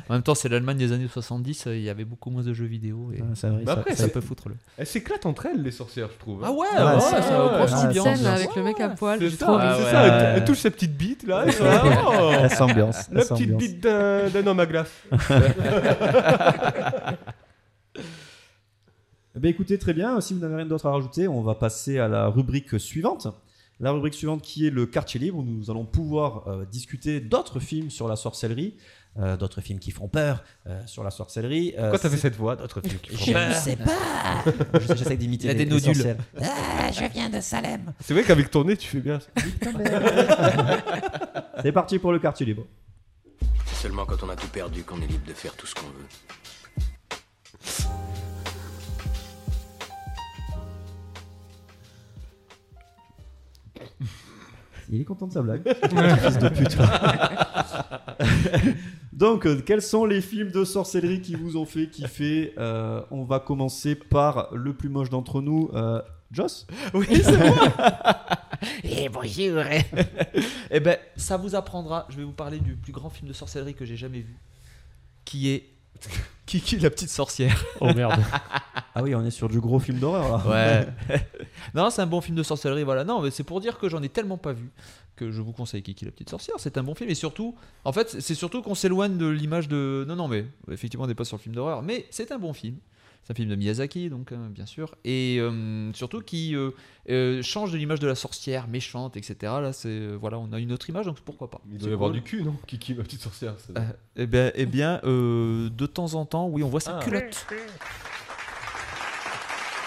G: En même temps, c'est l'Allemagne des années 70, euh, il y avait beaucoup moins de jeux vidéo et
A: Ah, c'est vrai,
E: Bah
A: ça-
E: après,
A: ça-
G: ça
E: c'est-
G: peut foutre le.
E: Elles s'éclatent entre elles, les sorcières, je trouve.
G: Ah ouais,
A: Ah,
G: ouais, Ah,
A: c'est-
G: ça,
E: ouais,
G: grosse
A: ouais,
G: ambiance.
A: c'est
H: Scène là, avec le mec à poil,
E: C'est
H: j'ai
E: ça,
H: trop
G: Ah
E: c'est
G: ouais.
E: ça,
A: Ouais.
E: elle, elle touche sa petite bite là. et ça, oh.
A: Elle s'ambiance.
E: La
A: elle
E: petite
A: s'ambiance.
E: bite d'un d'un homme à glace.
A: Ben écoutez, très bien. Si vous n'avez rien d'autre à rajouter, on va passer à la rubrique suivante. La rubrique suivante qui est le quartier libre, où nous allons pouvoir euh, discuter d'autres films sur la sorcellerie, euh, d'autres films qui font peur euh, sur la sorcellerie. Euh,
E: Pourquoi t'as fait
A: c'est-
E: cette voix d'autres filles qui font
A: Je
E: peur
A: ne sais pas. Je- J'essaie d'imiter.
G: Il a
A: les-
G: des
A: les
G: nodules.
A: sorcières. Ah, je viens de Salem.
E: C'est vrai qu'avec ton nez, tu fais bien. ça.
A: C'est parti pour le quartier libre.
D: C'est seulement quand on a tout perdu qu'on est libre de faire tout ce qu'on veut.
A: Il est content de sa blague. Fils de pute. Donc, euh, quels sont les films de sorcellerie qui vous ont fait kiffer Euh, On va commencer par le plus moche d'entre nous, euh, Joss.
G: Oui, c'est moi Et bonjour Eh ben, ça vous apprendra. Je vais vous parler du plus grand film de sorcellerie que j'ai jamais vu, qui est Kiki la petite sorcière.
F: Oh merde.
A: Ah oui, on est sur du gros film d'horreur là.
G: Ouais. non, c'est un bon film de sorcellerie, voilà. Non, mais c'est pour dire que j'en ai tellement pas vu que je vous conseille Kiki la petite sorcière. C'est un bon film et surtout, en fait, c'est surtout qu'on s'éloigne de l'image de. Non, non, mais effectivement, on n'est pas sur le film d'horreur, mais c'est un bon film. C'est un film de Miyazaki, donc hein, bien sûr, et euh, surtout qui euh, euh, change de l'image de la sorcière méchante, etc. Là, c'est euh, voilà, on a une autre image, donc pourquoi pas.
E: Il
G: C'est
E: doit y avoir
G: cool.
E: du cul, non Kiki, ma petite sorcière. c'est-
G: Euh, eh bien, eh bien euh, de temps en temps, oui, on voit sa
E: Ah.
G: culotte.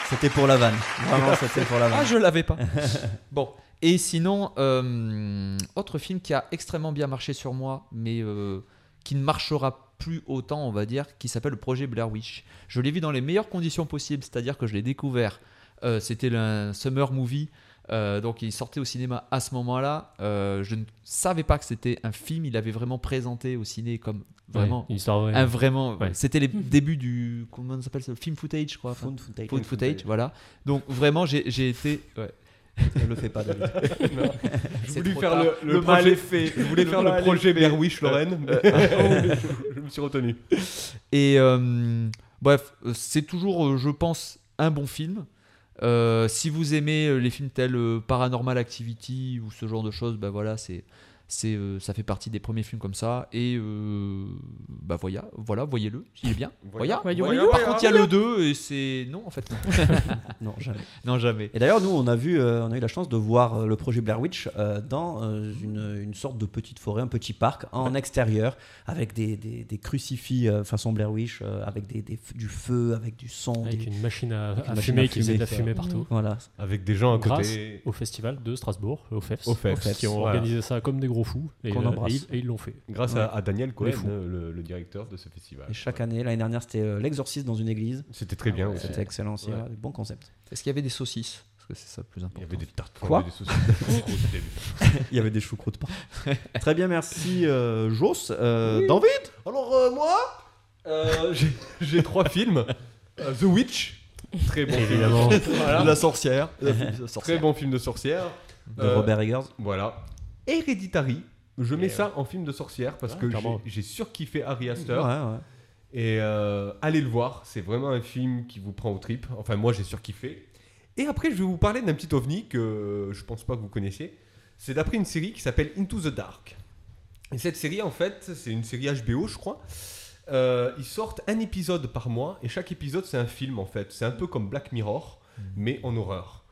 A: C'était pour la vanne. Vraiment, c'était pour la
G: Ah,
A: vanne.
G: je l'avais pas. bon. Et sinon, euh, autre film qui a extrêmement bien marché sur moi, mais euh, qui ne marchera plus autant, on va dire, qui s'appelle le projet Blair Witch. Je l'ai vu dans les meilleures conditions possibles, c'est-à-dire que je l'ai découvert. euh, C'était un summer movie. euh, donc il sortait au cinéma à ce moment-là. Euh, je ne savais pas que c'était un film. Il avait vraiment présenté au ciné comme vraiment
F: Ouais, une histoire vraie.
G: Ah, vraiment,
F: Ouais.
G: c'était les débuts du comment ça s'appelle ça, le film footage, je crois. enfin,
A: Found footage.
G: found footage, voilà. Donc vraiment, j'ai j'ai été. ouais.
A: Je le fais pas David.
E: Je
G: C'est
E: voulais
G: trop
E: faire
G: tard.
E: le, le
G: Le mal
E: projet-
G: est fait.
E: Je voulais
G: Le
E: faire le
G: mal est
E: projet
G: fait.
E: Berwish, Lorraine. mais- je, je me suis retenu.
G: Et euh, bref, euh, c'est toujours, euh, je pense, un bon film. Euh, si vous aimez euh, les films tels euh, Paranormal Activity ou ce genre de choses, bah voilà, c'est c'est euh, ça fait partie des premiers films comme ça et euh, bah voilà, voilà, voyez-le, il est bien.
E: Voyez-
G: Voyez.
H: voyez-
G: Par contre, il y a le 2 et c'est non en fait. non.
A: Non, jamais.
G: non jamais.
A: Et d'ailleurs, nous, on a vu, euh, on a eu la chance de voir euh, le projet Blair Witch euh, dans euh, une, une sorte de petite forêt, un petit parc en extérieur, avec des, des, des crucifix euh, façon Blair Witch, euh, avec des, des f- du feu, avec du sang.
F: Avec
A: des-
F: une machine à,
A: Avec une
F: à
A: machine
F: fumer
A: à
F: qui met de la
A: fumer,
F: fumée
H: ça.
F: partout.
A: Voilà.
E: Avec des gens à
F: Grâce
E: côté.
F: au festival de Strasbourg, au FEFS,
E: Au FEFS,
F: qui ont
E: voilà.
F: organisé ça comme des gros fous. Et,
A: Qu'on
F: euh,
A: embrasse.
F: et ils- et ils l'ont fait.
E: Grâce à, à Daniel Cohen,
F: fous.
E: euh, le, le directeur de ce festival.
A: Et chaque année, l'année dernière, c'était euh, l'exorcisme dans une église.
G: Ah
E: C'était très bien aussi.
A: C'était excellent aussi,
E: Ouais.
A: voilà, des bons concepts.
G: Est-ce qu'il y avait des saucisses Parce que c'est ça le plus important.
E: Il y avait des tartes,
G: Quoi
E: il y avait des saucisses, des choucroutes,
A: Il y avait des choucroutes partout. Très bien, merci euh, Joss. Euh, David
E: Alors, euh, moi, euh, j'ai- j'ai trois films. Euh, The Witch, très bon film.
A: Évidemment.
E: Voilà.
A: La sorcière. La film de sorcière.
E: Très bon film de sorcière. Euh,
A: De Robert Eggers.
E: Voilà. Hereditary, je mets
A: Et
E: ça en film de sorcière parce
A: Ouais,
E: que
A: clairement.
E: j'ai j'ai surkiffé Harry Astor.
A: Ouais, ouais.
E: Et euh, allez le voir, c'est vraiment un film qui vous prend aux tripes. Enfin, moi j'ai surkiffé. Et après, je vais vous parler d'un petit ovni que euh, je pense pas que vous connaissiez. C'est d'après une série qui s'appelle Into the Dark. Et cette série, en fait, c'est une série HBO, je crois. Euh, ils sortent un épisode par mois et chaque épisode, c'est un film en fait. C'est un peu comme Black Mirror,
A: Hmm.
E: mais en horreur.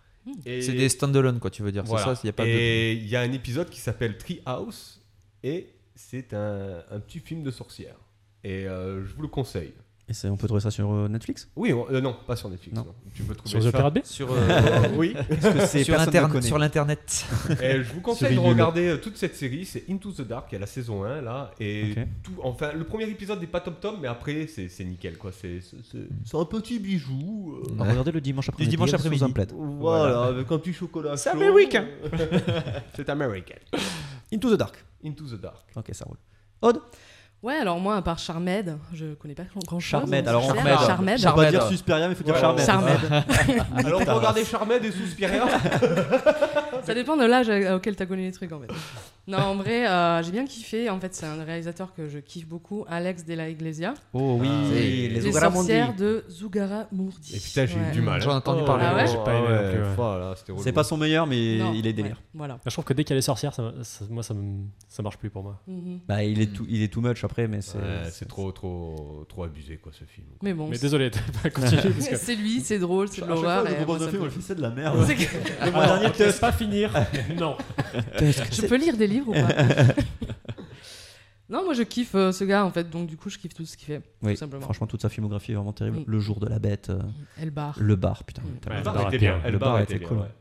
E: Et-
G: C'est des stand-alone, quoi, tu veux dire, c'est
E: Voilà.
G: ça, il y a pas de-
E: et il y a un épisode qui s'appelle Tree House et c'est un, un petit film de sorcière. Et euh, je vous le conseille.
A: Et c'est- on peut trouver ça sur euh, Netflix
E: Oui, on- euh, non, pas sur Netflix.
A: Non.
E: non. Tu peux trouver
A: Sur The
E: ça.
A: Pirate Bay
G: Sur, euh,
E: oui.
G: Parce que c'est Sur personne interne- ne connaît. sur l'internet.
E: Et je vous
G: Sur
E: conseille de
G: Ulule.
E: regarder euh, toute cette série. C'est Into the Dark. Il y a la saison 1 là. Et
A: Ok.
E: tout, enfin, le premier épisode n'est pas top top, mais après, c'est c'est nickel. quoi. C'est c'est- c'est- c'est un petit bijou. euh,
A: À regarder le dimanche après-midi,
E: Le dimanche
A: sous
E: après-midi.
A: un plaid.
E: Voilà,
A: Voilà.
E: avec un petit chocolat.
A: C'est
E: chaud.
A: américain.
E: c'est américain.
A: Into the Dark.
E: Into the Dark.
A: Ok, ça roule.
H: Ouais, alors moi, à part Charmed, je connais pas grand chose.
A: Charmed, alors on-
H: Charmed. Charmed.
A: On va dire Suspiria, mais il faut dire
E: Voilà.
A: Charmed. Ah,
H: Charmed.
E: Alors, on peut regarder Charmed et Suspiria.
H: Ça dépend de l'âge à- auquel t'as connu les trucs en fait. Non, en vrai, euh, j'ai bien kiffé. En fait, c'est un réalisateur que je kiffe beaucoup, Alex de la Iglesia.
A: Oh oui, Ah, oui. les
H: les
A: Zugaramundi.
H: sorcières de Zugaramundi.
E: Et putain, j'ai eu
H: Ouais.
E: du mal.
G: J'en ai entendu parler.
H: Ah ouais
G: J'ai pas aimé non plus, ouais.
E: Voilà, c'était relou.
A: C'est pas son meilleur, mais
H: Non,
A: il est
H: ouais,
A: délire.
H: voilà.
F: Je trouve que dès qu'il y a les sorcières, ça, ça- moi, ça, me- ça marche plus pour moi.
H: Mhm.
A: Bah, il est tout, il est too much après, mais c'est.
E: Ouais, c'est trop, trop, trop abusé, quoi, ce film.
H: Mais bon.
F: Mais
H: c'est-
F: désolé, t'as pas continué. parce que-
H: C'est lui, c'est drôle, c'est de l'horreur. et moi, ça me plaît.
A: de la merde.
H: C'est que-
A: Le mois dernier,
F: te laisse pas finir. non.
H: Je peux lire des livres ou pas Non, moi je kiffe euh, ce gars en fait, donc du coup je kiffe tout ce qu'il fait.
A: Oui,
H: tout simplement.
A: franchement, toute sa filmographie est vraiment terrible.
H: Mm.
A: Le jour de la bête. euh,
H: Et le bar.
A: Le bar, putain.
H: Mm.
A: putain,
E: Ouais, le bar était bien,
A: Le
E: hein. le
A: bar
E: bar
A: était
E: était
A: cool.
E: bien, ouais.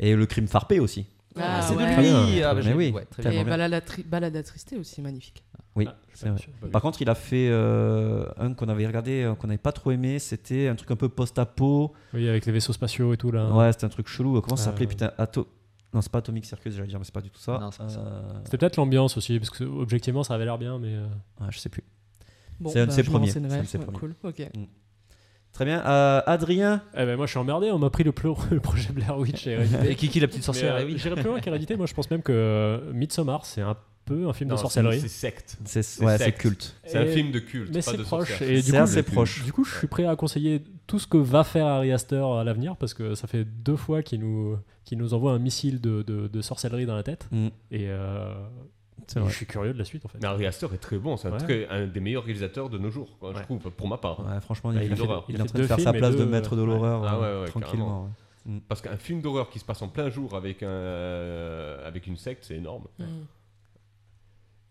A: Et le crime farpé aussi.
H: Ah,
G: c'est de
H: ouais.
G: lui.
A: Très bien.
G: Ah, bah,
A: mais
G: j'ai-
A: oui,
G: ouais, très
A: tellement
H: Et
A: bien.
H: Balade à, tri- Balade à Tristé aussi, magnifique.
A: bah Oui,
F: Ah, je suis
A: c'est
F: pas
A: vrai.
F: sûr, pas vu.
A: Par contre, il a fait euh, un qu'on avait regardé, euh, qu'on n'avait pas trop aimé. C'était un truc un peu post-apo.
F: Oui, avec les vaisseaux spatiaux et tout
G: Hein.
F: là.
A: Ouais, c'était un truc chelou. Comment ça
F: Ah,
A: s'appelait
F: ouais.
A: putain Ato... Non, c'est pas Atomic Circus, j'allais dire, mais c'est pas du tout ça.
G: Euh, Non, c'est pas ça.
A: Euh,
F: C'était peut-être l'ambiance aussi, parce que objectivement, ça avait l'air bien, mais. euh,
A: ouais, je sais plus.
H: Bon,
A: c'est un de
H: bah,
A: ses
H: je me
A: premiers.
H: renseignerai.
A: C'est un de ses
H: Ouais,
A: premiers.
H: Cool, ok.
A: Très bien. Euh, Adrien
F: Eh ben moi je suis emmerdé, on m'a pris le, plo- le projet Blair Witch et Hérédité.
G: Et Kiki, la petite sorcière,
F: Mais, euh,
G: eh oui.
F: J'irai plus loin qu'Hérédité, moi je pense même que euh, Midsommar c'est un peu un film
E: Non,
F: de
E: c'est-
F: sorcellerie.
E: C'est secte.
A: C'est- ouais, c'est
E: secte.
A: culte.
E: C'est un
F: Et-
E: film de culte.
F: Mais
E: pas
F: c'est
E: de
F: proche.
E: sorcière.
F: Et du
A: C'est
F: coup,
A: assez proche.
F: Du coup, je suis prêt à conseiller tout ce que va faire Harry Astor à l'avenir parce que ça fait deux fois qu'il nous, qu'il nous envoie un missile de, de- de sorcellerie dans la tête.
A: Mm.
F: Et euh,
A: C'est
F: je
A: vrai.
F: suis curieux de la suite en fait.
E: Mais Harry Astor est très bon, c'est un,
F: Ouais.
E: très- un des meilleurs réalisateurs de nos jours, quoi, je
F: Ouais.
E: trouve, pour ma part.
A: Ouais, franchement,
E: Bah,
A: il,
E: il
A: a fait-
E: l'aura.
A: il
F: Il
A: est en
F: fait
A: train de
F: deux
A: faire sa
F: films et
A: place de
F: deux-
A: maître de l'horreur
E: Ah
A: euh,
E: ouais, ouais,
A: tranquillement. ouais.
E: Parce qu'un film d'horreur qui se passe en plein jour avec, un, euh, avec une secte, c'est énorme.
H: Mm.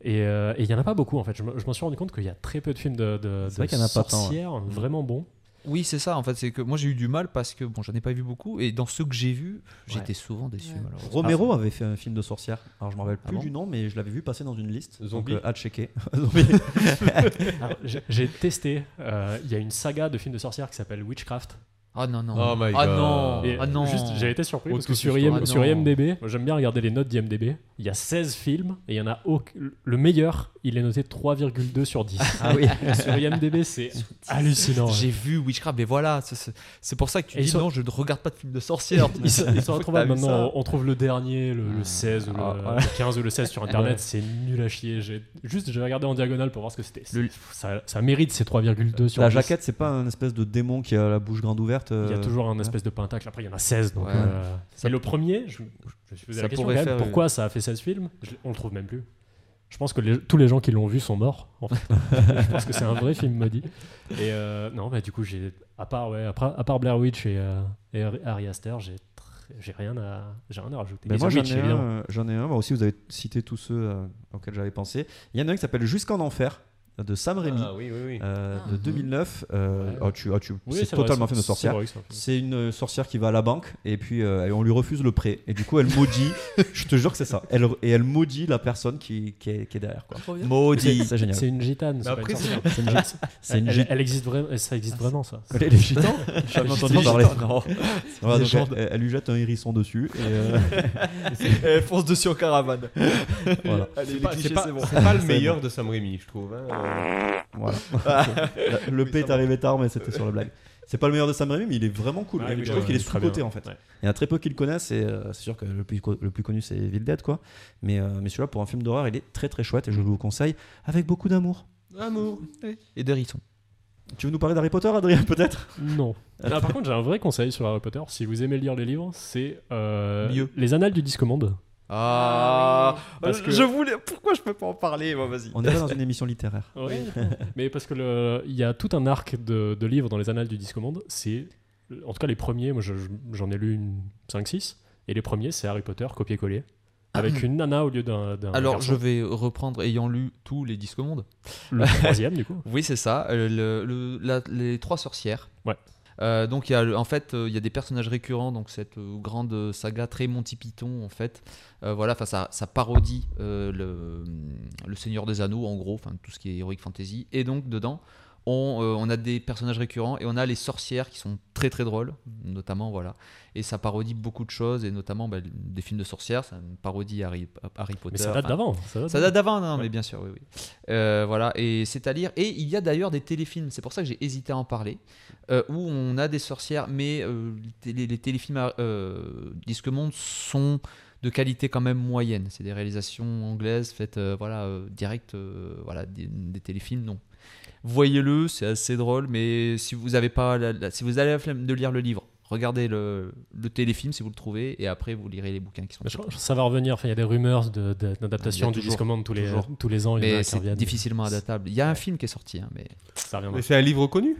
F: Et euh, et il y en a pas beaucoup en fait. Je me je m'en suis rendu compte qu'il y a très peu de films de, de,
A: C'est vrai
F: de
A: qu'il y en a pas tant, Mm.
F: sorcières vraiment bons.
G: Oui, c'est ça, en fait, c'est que moi j'ai eu du mal parce que bon, j'en ai pas vu beaucoup, et dans ceux que j'ai vus, j'étais souvent déçu,
H: Ouais.
G: malheureusement.
A: Romero avait fait un film de sorcière. Alors, je me rappelle
G: Ah
A: plus
G: bon
A: du nom, mais je l'avais vu passer dans une liste.
E: Zombie.
A: Donc, euh, à checker. Zombie.
F: Alors, j'ai- J'ai testé. euh, Il y a une saga de films de sorcières qui s'appelle Witchcraft.
G: Ah non, non.
E: Oh my
G: ah
E: God.
G: non.
F: Et
G: Ah non.
F: Juste, j'ai été surpris
E: Oh,
F: parce
E: tout
F: que sur,
E: ce
F: IM
G: soir.
F: sur
G: Ah non.
F: IMDB, moi, j'aime bien regarder les notes d'IMDB. Il y a 16 films et il y en a aucun- le meilleur, il est noté 3,2 sur 10.
A: ah oui.
F: sur IMDB, c'est hallucinant.
G: J'ai vu Witchcraft, mais voilà, c'est- c'est c'est pour ça que tu
F: Et ils
G: dis
F: sont-
G: non, je ne regarde pas de films de sorcières.
F: Ils sont, ils sont
G: Faut que
F: retrouvables
G: t'as vu
F: maintenant.
G: ça.
F: On trouve le dernier, le, le 16 ou le,
G: Ah,
F: le 15 ou le 16 sur internet. C'est nul à chier. J'ai- Juste, j'ai regardé en diagonale pour voir ce que c'était.
G: Le-
F: Ça, ça mérite ces 3,2 sur
A: La
F: 10.
A: jaquette, c'est pas un espèce de démon qui a la bouche grande ouverte.
F: Il y a
A: euh,
F: toujours un espèce de pentacle. Après, il y en a 16. Donc,
G: Ouais.
F: euh, et le premier, je, je me suis posé
G: Ça
F: la question quand
G: pourrait
F: même,
G: faire,
F: pourquoi ça a fait 16 films Je- On le trouve même plus. Je pense que les- tous les gens qui l'ont vu sont morts. En fait. je pense que c'est un vrai film maudit. Et euh, non, bah, du coup, j'ai à part ouais, à part, à part Blair Witch et, euh, et Harry Astor, j'ai tr- j'ai rien à j'ai rien à rajouter.
A: Ben
F: Et
A: moi
F: The
A: j'en
F: Witch,
A: ai, un,
F: évidemment.
A: euh, j'en ai un. Moi aussi vous avez cité tous ceux euh, auxquels j'avais pensé. Il y en a un qui s'appelle Jusqu'en enfer. de Sam Raimi
E: Ah, oui, oui, oui.
A: euh,
E: Ah.
A: de 2009. euh,
E: Ouais.
A: oh, tu, oh, tu-
E: Oui,
A: c'est
E: c'est vrai,
A: totalement un
E: c'est-
A: film de
E: c'est
A: sorcière.
E: vrai que c'est un film.
A: C'est une euh, sorcière qui va à la banque et puis euh, et on lui refuse le prêt. Et du coup, elle maudit. je te jure que c'est ça. Elle, et elle maudit la personne qui, qui, est, qui est derrière. Quoi.
F: Trop bien.
A: Maudit.
F: C'est- c'est une gitane, Mais c'est pas après, une sorcière. c'est- Elle- elle- elle existe vraiment- ça existe
A: Ah,
F: vraiment, ça.
A: Les, les gitans J'ai
F: Les
A: jamais entendu
F: gitans.
A: parler.
F: Non.
A: Voilà, donc,
G: Légende.
A: elle, elle lui jette un hérisson dessus. Et, euh,
G: Elle fonce dessus en caravane.
A: Voilà.
G: Allez,
E: C'est
G: les
E: pas,
G: clichés,
E: c'est pas-
G: c'est bon.
E: c'est pas le
G: C'est
E: meilleur
G: bon.
E: de Sam Raimi, je trouve. hein.
A: Voilà.
E: Ah.
A: le
E: Oui,
A: P est
E: ça va.
A: arrivé tard, mais c'était sur la blague. C'est pas le meilleur de Sam Raimi, mais il est vraiment cool.
E: Ouais,
A: je
E: oui,
A: trouve
E: ouais,
A: qu'il est
E: ouais, très
A: sous-côté
E: bien.
A: en fait.
E: Ouais.
A: Il y en a très peu qui le connaissent, et euh, c'est sûr que le plus, co- le plus connu c'est Evil Dead, quoi. Mais, euh, mais celui-là, pour un film d'horreur, il est très très chouette, et je vous le conseille avec beaucoup d'amour.
E: Amour.
G: Et d'hérisson.
A: Tu veux nous parler d'Harry Potter, Adrien, peut-être
F: Non. Ah, par contre, j'ai un vrai conseil sur Harry Potter. Si vous aimez lire les livres, c'est euh,
G: Mieux.
F: les Annales du Discommande.
G: Ah,
F: Parce
G: je-
F: que-
G: je voulais. Pourquoi je peux pas en parler Bon, vas-y.
A: On est pas dans une émission littéraire.
F: Oui. Mais parce que le- il y a tout un arc de, de livres dans les Annales du Discommande. C'est en tout cas les premiers. Moi, je- je- j'en ai lu une 5-6 et les premiers, c'est Harry Potter copier-coller avec une nana au lieu d'un. d'un
G: Ah. Alors,
F: garçon.
G: je vais reprendre, ayant lu tous les Discomondes.
F: Le troisième, du coup.
G: Oui, c'est ça. euh, le- le- la- les trois sorcières.
F: Ouais.
G: Euh, donc, il y a, le- en fait, euh, il y a des personnages récurrents. Donc, cette euh, grande saga très Monty Python, en fait. Euh, voilà, enfin, ça, ça parodie euh, le, le Seigneur des Anneaux, en gros, enfin, tout ce qui est Heroic Fantasy. Et donc, dedans, on, euh, on a des personnages récurrents et on a les sorcières qui sont très très drôles, notamment, voilà. Et ça parodie beaucoup de choses, et notamment bah, des films de sorcières. Ça parodie Harry, Harry Potter.
F: ça date
G: enfin,
F: d'avant, ça date
G: Ça date d'avant, non, mais bien sûr, oui, oui. Euh, voilà, et c'est à lire. Et il y a d'ailleurs des téléfilms, c'est pour ça que j'ai hésité à en parler, euh, où on a des sorcières, mais euh, les, les téléfilms euh, Disque Monde sont de qualité quand même moyenne. C'est des réalisations anglaises faites euh, voilà, euh, direct, euh, voilà, des, des téléfilms, non. Voyez-le, c'est assez drôle, mais si vous avez pas la- la- si vous avez la flemme de lire le livre, regardez le, le téléfilm si vous le trouvez, et après vous lirez les bouquins qui sont
F: Mais je
G: dedans.
F: crois que ça va revenir. Enfin, il y a des rumeurs de- de- d'adaptation
G: Ah, Il y a
F: du
G: toujours,
F: Discommande tous les,
G: toujours.
F: tous les ans. il y en a
G: mais
F: qui
G: c'est
F: reviennent.
G: difficilement adaptable. Il y a un film qui est sorti, hein, mais
F: Ça reviendra.
E: Mais c'est un livre connu.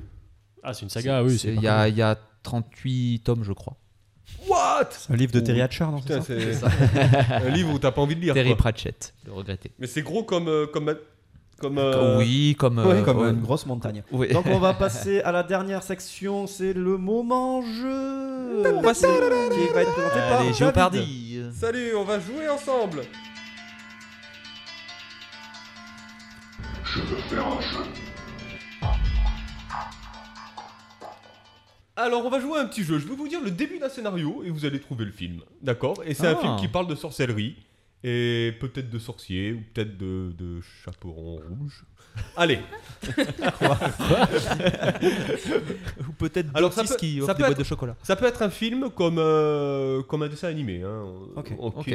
F: Ah, c'est une saga, oui. c'est
G: Il
F: pas
G: y, a- il y a 38 tomes, je crois. What
A: Un livre de Terry
E: Ou-
A: Hatcher, non
E: Putain, c'est
G: ça.
E: un livre où t'as pas envie de lire.
G: Terry
E: quoi.
G: Pratchett, le regretté.
E: Mais c'est gros comme. euh, comme, comme euh,
G: Oui, comme. euh,
A: comme
G: ouais.
A: une grosse montagne.
G: Oui.
A: Donc on va passer à la dernière section, c'est le moment jeu
G: Voici.
A: qui va être présenté par
G: Allez,
A: David.
G: Géopardy.
E: Salut, on va jouer ensemble. Alors, on va jouer à un petit jeu. Je vais vous dire le début d'un scénario et vous allez trouver le film. D'accord Et c'est un
G: Ah.
E: film qui parle de sorcellerie. Et peut-être de sorcier ou peut-être de, de chaperon rouge. Allez,
G: Ou peut-être
E: Alors, ça
G: d'autres
E: peut-
G: qui
E: ça peut
G: offrent des boîtes
E: être-
G: de chocolat.
E: ça peut être un film comme, euh, comme un dessin animé. hein.
A: Ok.
E: Ok.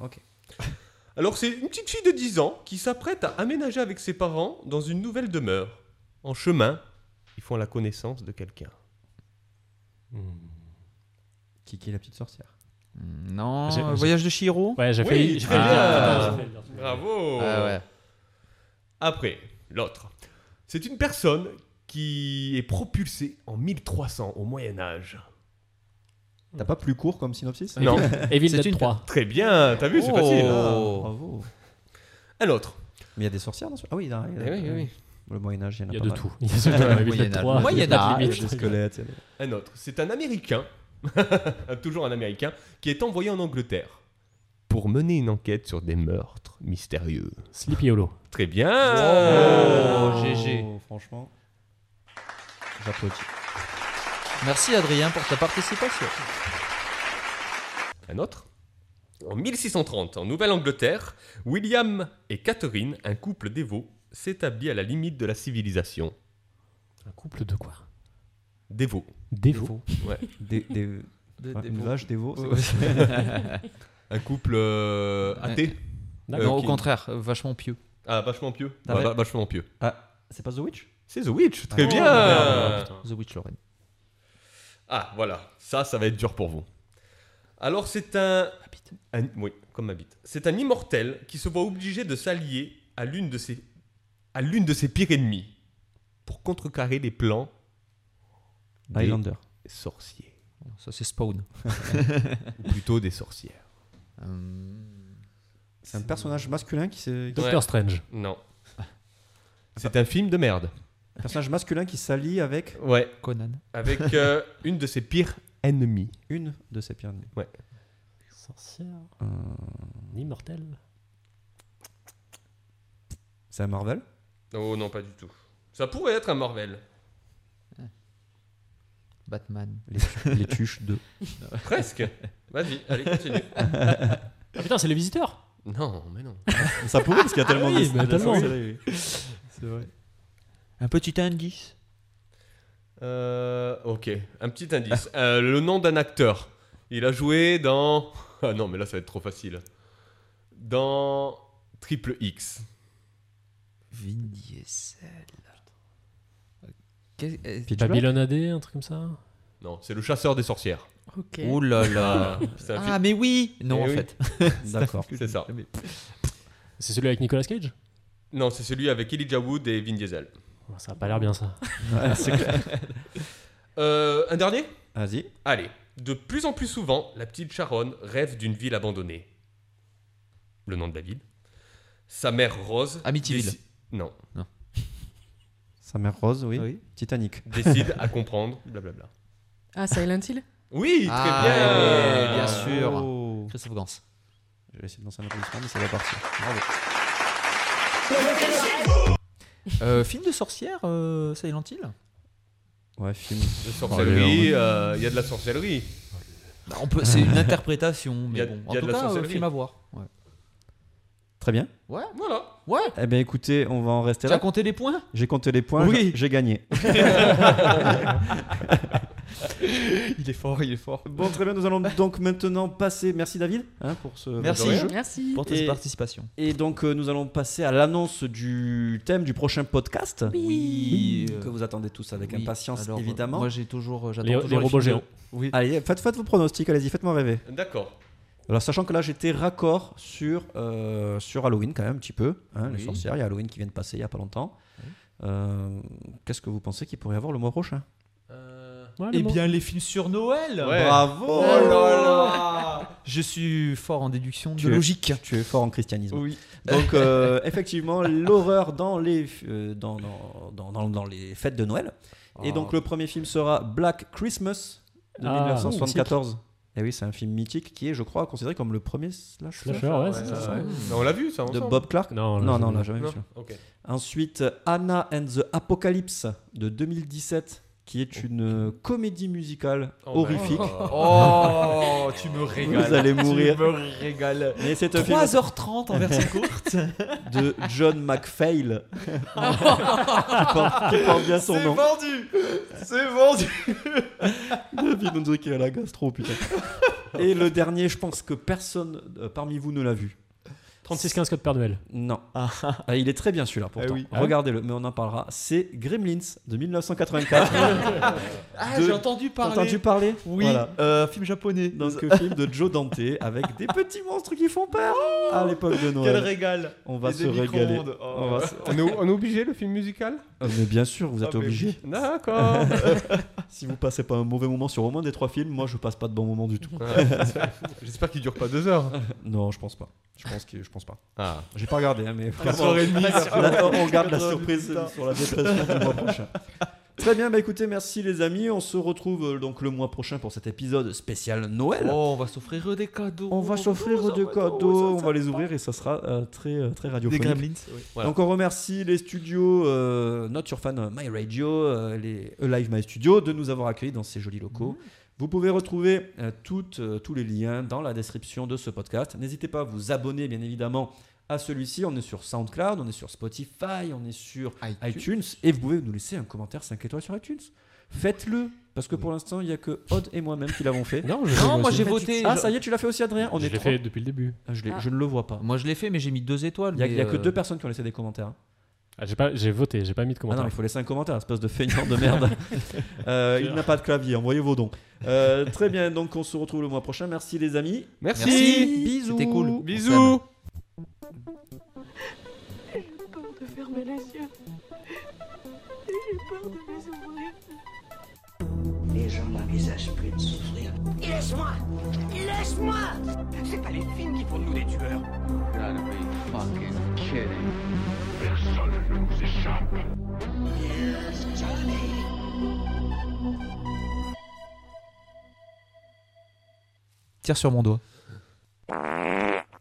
A: Ok.
E: Alors, c'est une petite fille de 10 ans qui s'apprête à aménager avec ses parents dans une nouvelle demeure. En chemin, ils font la connaissance de quelqu'un.
F: Hmm.
A: Qui, qui est la petite sorcière
G: Mm, Non,
F: J'ai-
G: euh,
F: j'ai-
G: Voyage de Chihiro
F: Ouais, j'ai
E: Oui,
F: failli. j'ai
E: très
F: failli
E: bien.
F: dire- j'ai failli dire-
E: Bravo
G: Ah ouais.
E: Après, l'autre. C'est une personne qui est propulsée en 1300 au Moyen Âge.
A: T'as pas plus court comme synopsis
E: Non.
F: Evil
G: C'est
F: Dead
G: une-
F: 3.
E: Très bien, t'as vu, Ah, c'est
G: Oh.
E: facile.
A: Ah,
G: Oh.
A: bravo.
E: Un autre.
A: Mais il y a des sorcières dans ce Ah oui, il y en a. il y en a- Le Moyen-Âge, il y en a
F: Il y a
A: pas
F: de
A: mal.
F: tout. Il y a ceux qui ont Evil Dead
G: Moyen-Âge.
F: 3.
G: Moyen-Âge.
A: Il y
F: limite.
A: a des squelettes. il y en a-
E: Un autre. C'est un Américain, toujours un Américain, qui est envoyé en Angleterre pour mener une enquête sur des meurtres mystérieux.
F: Sleepy Hollow.
E: Très bien
G: Oh, GG.
A: Franchement. J'applaudis.
G: Merci Adrien pour ta participation.
E: Un autre En 1630, en Nouvelle-Angleterre, William et Catherine, un couple dévot, s'établit à la limite de la civilisation.
F: Un couple de quoi
E: Dévot.
F: Dévot.
A: Des, des, ouais, une vache, des veaux. c'est quoi
E: Un couple euh, athée
G: Non,
E: Euh,
G: au
E: qui-
G: contraire, euh, vachement pieux.
E: Ah, vachement pieux.
A: Ah
E: Ouais,
A: ouais.
E: va- vachement pieux.
A: Ah, C'est pas The Witch
E: C'est The Witch, très
A: Oh,
E: bien
A: merde.
G: The Witch Lorraine.
E: Ah, voilà. Ça, ça va être dur pour vous. Alors, c'est un... un- Oui, comme ma bite. C'est un immortel qui se voit obligé de s'allier à l'une de ses... à l'une de ses pires ennemies pour contrecarrer les plans des
A: Highlander.
E: sorciers.
G: Ça, c'est Spawn.
E: Ou plutôt des sorcières.
G: Hum,
A: C'est un personnage masculin qui s'est.
F: Doctor Strange.
E: Non. C'est un film de merde.
A: Personnage masculin qui s'allie avec
E: Ouais.
G: Conan.
E: Avec euh, une de ses pires ennemies.
A: Une de ses pires ennemies.
E: Ouais.
F: Sorcière. Hum. Immortel.
A: C'est un Marvel
E: Oh non, pas du tout. Ça pourrait être un Marvel.
G: Batman.
A: Les, tu- les tuches de.
E: Presque. Vas-y, allez, continue.
F: Ah putain, c'est les visiteurs
E: non, mais non.
A: Ça pourrait parce qu'il y a tellement
F: Ah oui,
A: de.
F: mais tellement.
A: C'est vrai.
G: Un petit indice.
E: Euh, ok, un petit indice. Euh, le nom d'un acteur. Il a joué dans. Ah non, mais là, ça va être trop facile. Dans Triple X.
G: Vin Diesel. Qu'est- euh,
A: Pitch Black
F: Babylone AD, un truc comme ça
E: Non, c'est le chasseur des sorcières.
H: Ok.
G: Ouh là là.
E: Ah, c'est un
G: ah
E: film.
G: mais oui. Non
E: Eh
G: en
E: oui.
G: fait.
A: D'accord.
E: C'est ça.
F: C'est celui avec Nicolas Cage
E: Non, c'est celui avec Elijah Wood et Vin Diesel.
F: Oh, Ça a pas l'air bien ça.
E: Euh, un dernier
A: Vas-y.
E: Allez. De plus en plus souvent, la petite Sharon rêve d'une ville abandonnée. Le nom de la ville. Sa mère Rose.
G: Amityville.
E: déci- Non.
A: Sa mère rose, oui.
G: Oui.
A: Titanic.
E: Décide à comprendre. Blablabla.
H: Ah, Silent Hill
E: Oui, très
G: Ah,
E: bien.
G: oui, bien sûr.
A: Oh.
G: Christophe Gans.
A: Je vais essayer de lancer un applaudissement, mais ça va partir. Bravo.
G: Euh, film de sorcière, euh, Silent Hill
A: Ouais, film.
E: De sorcellerie, euh, il y a de la sorcellerie.
G: Bah, on peut, C'est une interprétation,
E: Y a-
G: mais bon.
E: y
G: En
E: a de
G: tout
E: la
G: cas, euh,
E: sorcellerie.
G: film à voir. Ouais.
A: Très bien.
G: Ouais.
E: Voilà.
G: ouais.
A: Eh bien, écoutez, on va en rester
G: Tu as
A: là.
G: compté les points
A: J'ai compté les points.
G: Oui.
A: j'ai- J'ai gagné.
G: Il est fort, il est fort.
A: Bon, très bien. Nous allons donc maintenant passer. Merci David hein, pour ce.
G: Merci.
A: jeu.
H: Merci.
G: Euh, Pour tes
A: Et-
G: participations.
A: Et donc, euh, nous allons passer à l'annonce du thème du prochain podcast.
G: Oui.
A: Que vous attendez tous avec
G: Oui,
A: impatience,
G: alors, euh,
A: évidemment. Ah,
G: Moi, j'ai toujours. euh, j'attends
F: Les-
G: toujours
F: les robots
G: films de-
F: géants.
G: Oui.
A: Allez, faites, faites vos pronostics, allez-y, faites-moi rêver.
E: D'accord.
A: Alors, sachant que là, j'étais raccord sur, euh, sur Halloween, quand même, un petit peu. hein, Les
G: Oui.
A: sorcières, il y a Halloween qui vient de passer il n'y a pas longtemps.
G: Oui.
A: Euh, Qu'est-ce que vous pensez qu'il pourrait y avoir le mois prochain
F: Ouais, le
G: Eh
F: mot.
G: bien, les films sur Noël.
E: Ouais.
A: Bravo
G: Oh là là. Je suis fort en déduction de
A: es-
G: logique.
A: Tu es fort en christianisme.
G: Oui.
A: Donc, euh, effectivement, l'horreur dans les, euh, dans, dans, dans- dans- dans les fêtes de Noël. Et donc, le premier film sera Black Christmas de
F: Ah,
A: 1974. Et Eh oui, c'est un film mythique qui est, je crois, considéré comme le premier slash
F: Slasher, ouais, c'est ça.
E: Euh, non, on l'a vu, ça,
A: de
E: ensemble
A: Bob Clark.
F: Non, là,
A: Non,
F: je-
A: non, on l'a jamais vu.
E: Non
A: celui-là.
E: Ok. Oh,
A: Ensuite, Anna and the Apocalypse de 2017, qui est une euh, comédie musicale
E: Oh,
A: horrifique.
E: bah.
G: Oh, tu me régales.
A: Vous allez mourir.
G: Tu me régales.
A: Mais c'est un film
G: 3h30 en version courte.
A: de John McPhail qui, porte, qui porte bien son
G: C'est
A: nom.
G: vendu. C'est vendu.
A: David, on dirait qu'il a la gastro, putain. Et le dernier, je pense que personne euh, parmi vous ne l'a vu.
F: 36-15 code Père Noël.
A: Non. Ah, il est très bien celui-là pourtant.
G: Eh oui.
A: Regardez-le, mais on en parlera. C'est Gremlins de 1984.
G: Ah,
A: De-
G: j'ai entendu
A: T'as
G: parler.
A: entendu parler
G: Oui,
A: Voilà.
G: euh, film japonais.
A: Donc le film de Joe Dante avec des petits monstres qui font peur à l'époque de
G: Quel
A: Noël.
G: régal.
A: On va
G: Et
A: se
G: des
A: régaler.
G: micro-ondes. Oh.
A: On va se-
E: On est, on est obligé, le film musical
A: Ah, Mais bien sûr, vous êtes
G: Ah, mais
A: obligés.
E: D'accord.
A: Si vous passez pas un mauvais moment sur au moins des trois films, moi je passe pas de bon moment du tout.
E: J'espère qu'il dure pas deux heures.
A: Non, je pense pas. Je pense que je pense pas.
E: Ah.
A: J'ai pas regardé, hein, mais vraiment,
G: soirée et demie, ça fait-
A: là, on regarde la
G: 90
A: surprise
G: plus tard.
A: sur la dépression du mois prochain. Très bien, bah écoutez, merci les amis. On se retrouve euh, donc le mois prochain pour cet épisode spécial Noël.
G: Oh, on va s'offrir des cadeaux.
A: On Oh, va s'offrir des cadeaux, on va les ouvrir et ça sera euh, très euh, très
G: Des
A: radiophonique.
G: gremlins.
E: Voilà.
A: Donc on remercie les studios euh, Not Your Fan euh, My Radio, euh, les Live My Studio de nous avoir accueillis dans ces jolis locaux. Vous pouvez retrouver euh, toutes, euh, tous les liens dans la description de ce podcast. N'hésitez pas à vous abonner bien évidemment à celui-ci. On est sur SoundCloud, on est sur Spotify, on est sur iTunes et vous pouvez nous laisser un commentaire 5 étoiles sur iTunes. Faites-le parce que pour l'instant il n'y a que Odd et moi-même qui l'avons fait.
F: Non,
G: Non, moi j'ai voté.
A: Ah ça y est, tu l'as fait aussi Adrien. On
F: Je
A: est
F: l'ai
A: trois.
F: fait depuis le début.
A: Ah, je, l'ai-
H: Ah.
A: je ne le vois pas.
G: Moi je l'ai fait, mais j'ai mis deux étoiles.
A: Il n'y a,
G: mais,
A: il y a que
G: euh,
A: deux personnes qui ont laissé des commentaires.
F: Ah, j'ai pas- j'ai voté, j'ai pas mis de
A: Ah non,
F: commentaire.
A: il faut laisser un commentaire, espèce de feignant de merde. Euh, il n'a pas de clavier, envoyez vos dons. Euh, très bien, donc on se retrouve le mois prochain. Merci les amis.
E: Merci.
G: Merci.
A: Bisous.
G: C'était cool. On
E: Bisous.
I: J'ai peur de fermer les yeux. Et j'ai peur de les ouvrir.
C: Les gens n'envisagent plus de souffrir.
D: Et laisse-moi Laisse-moi C'est pas les films qui font de nous des tueurs.
C: Personne ne nous échappe.
G: Tire sur mon doigt.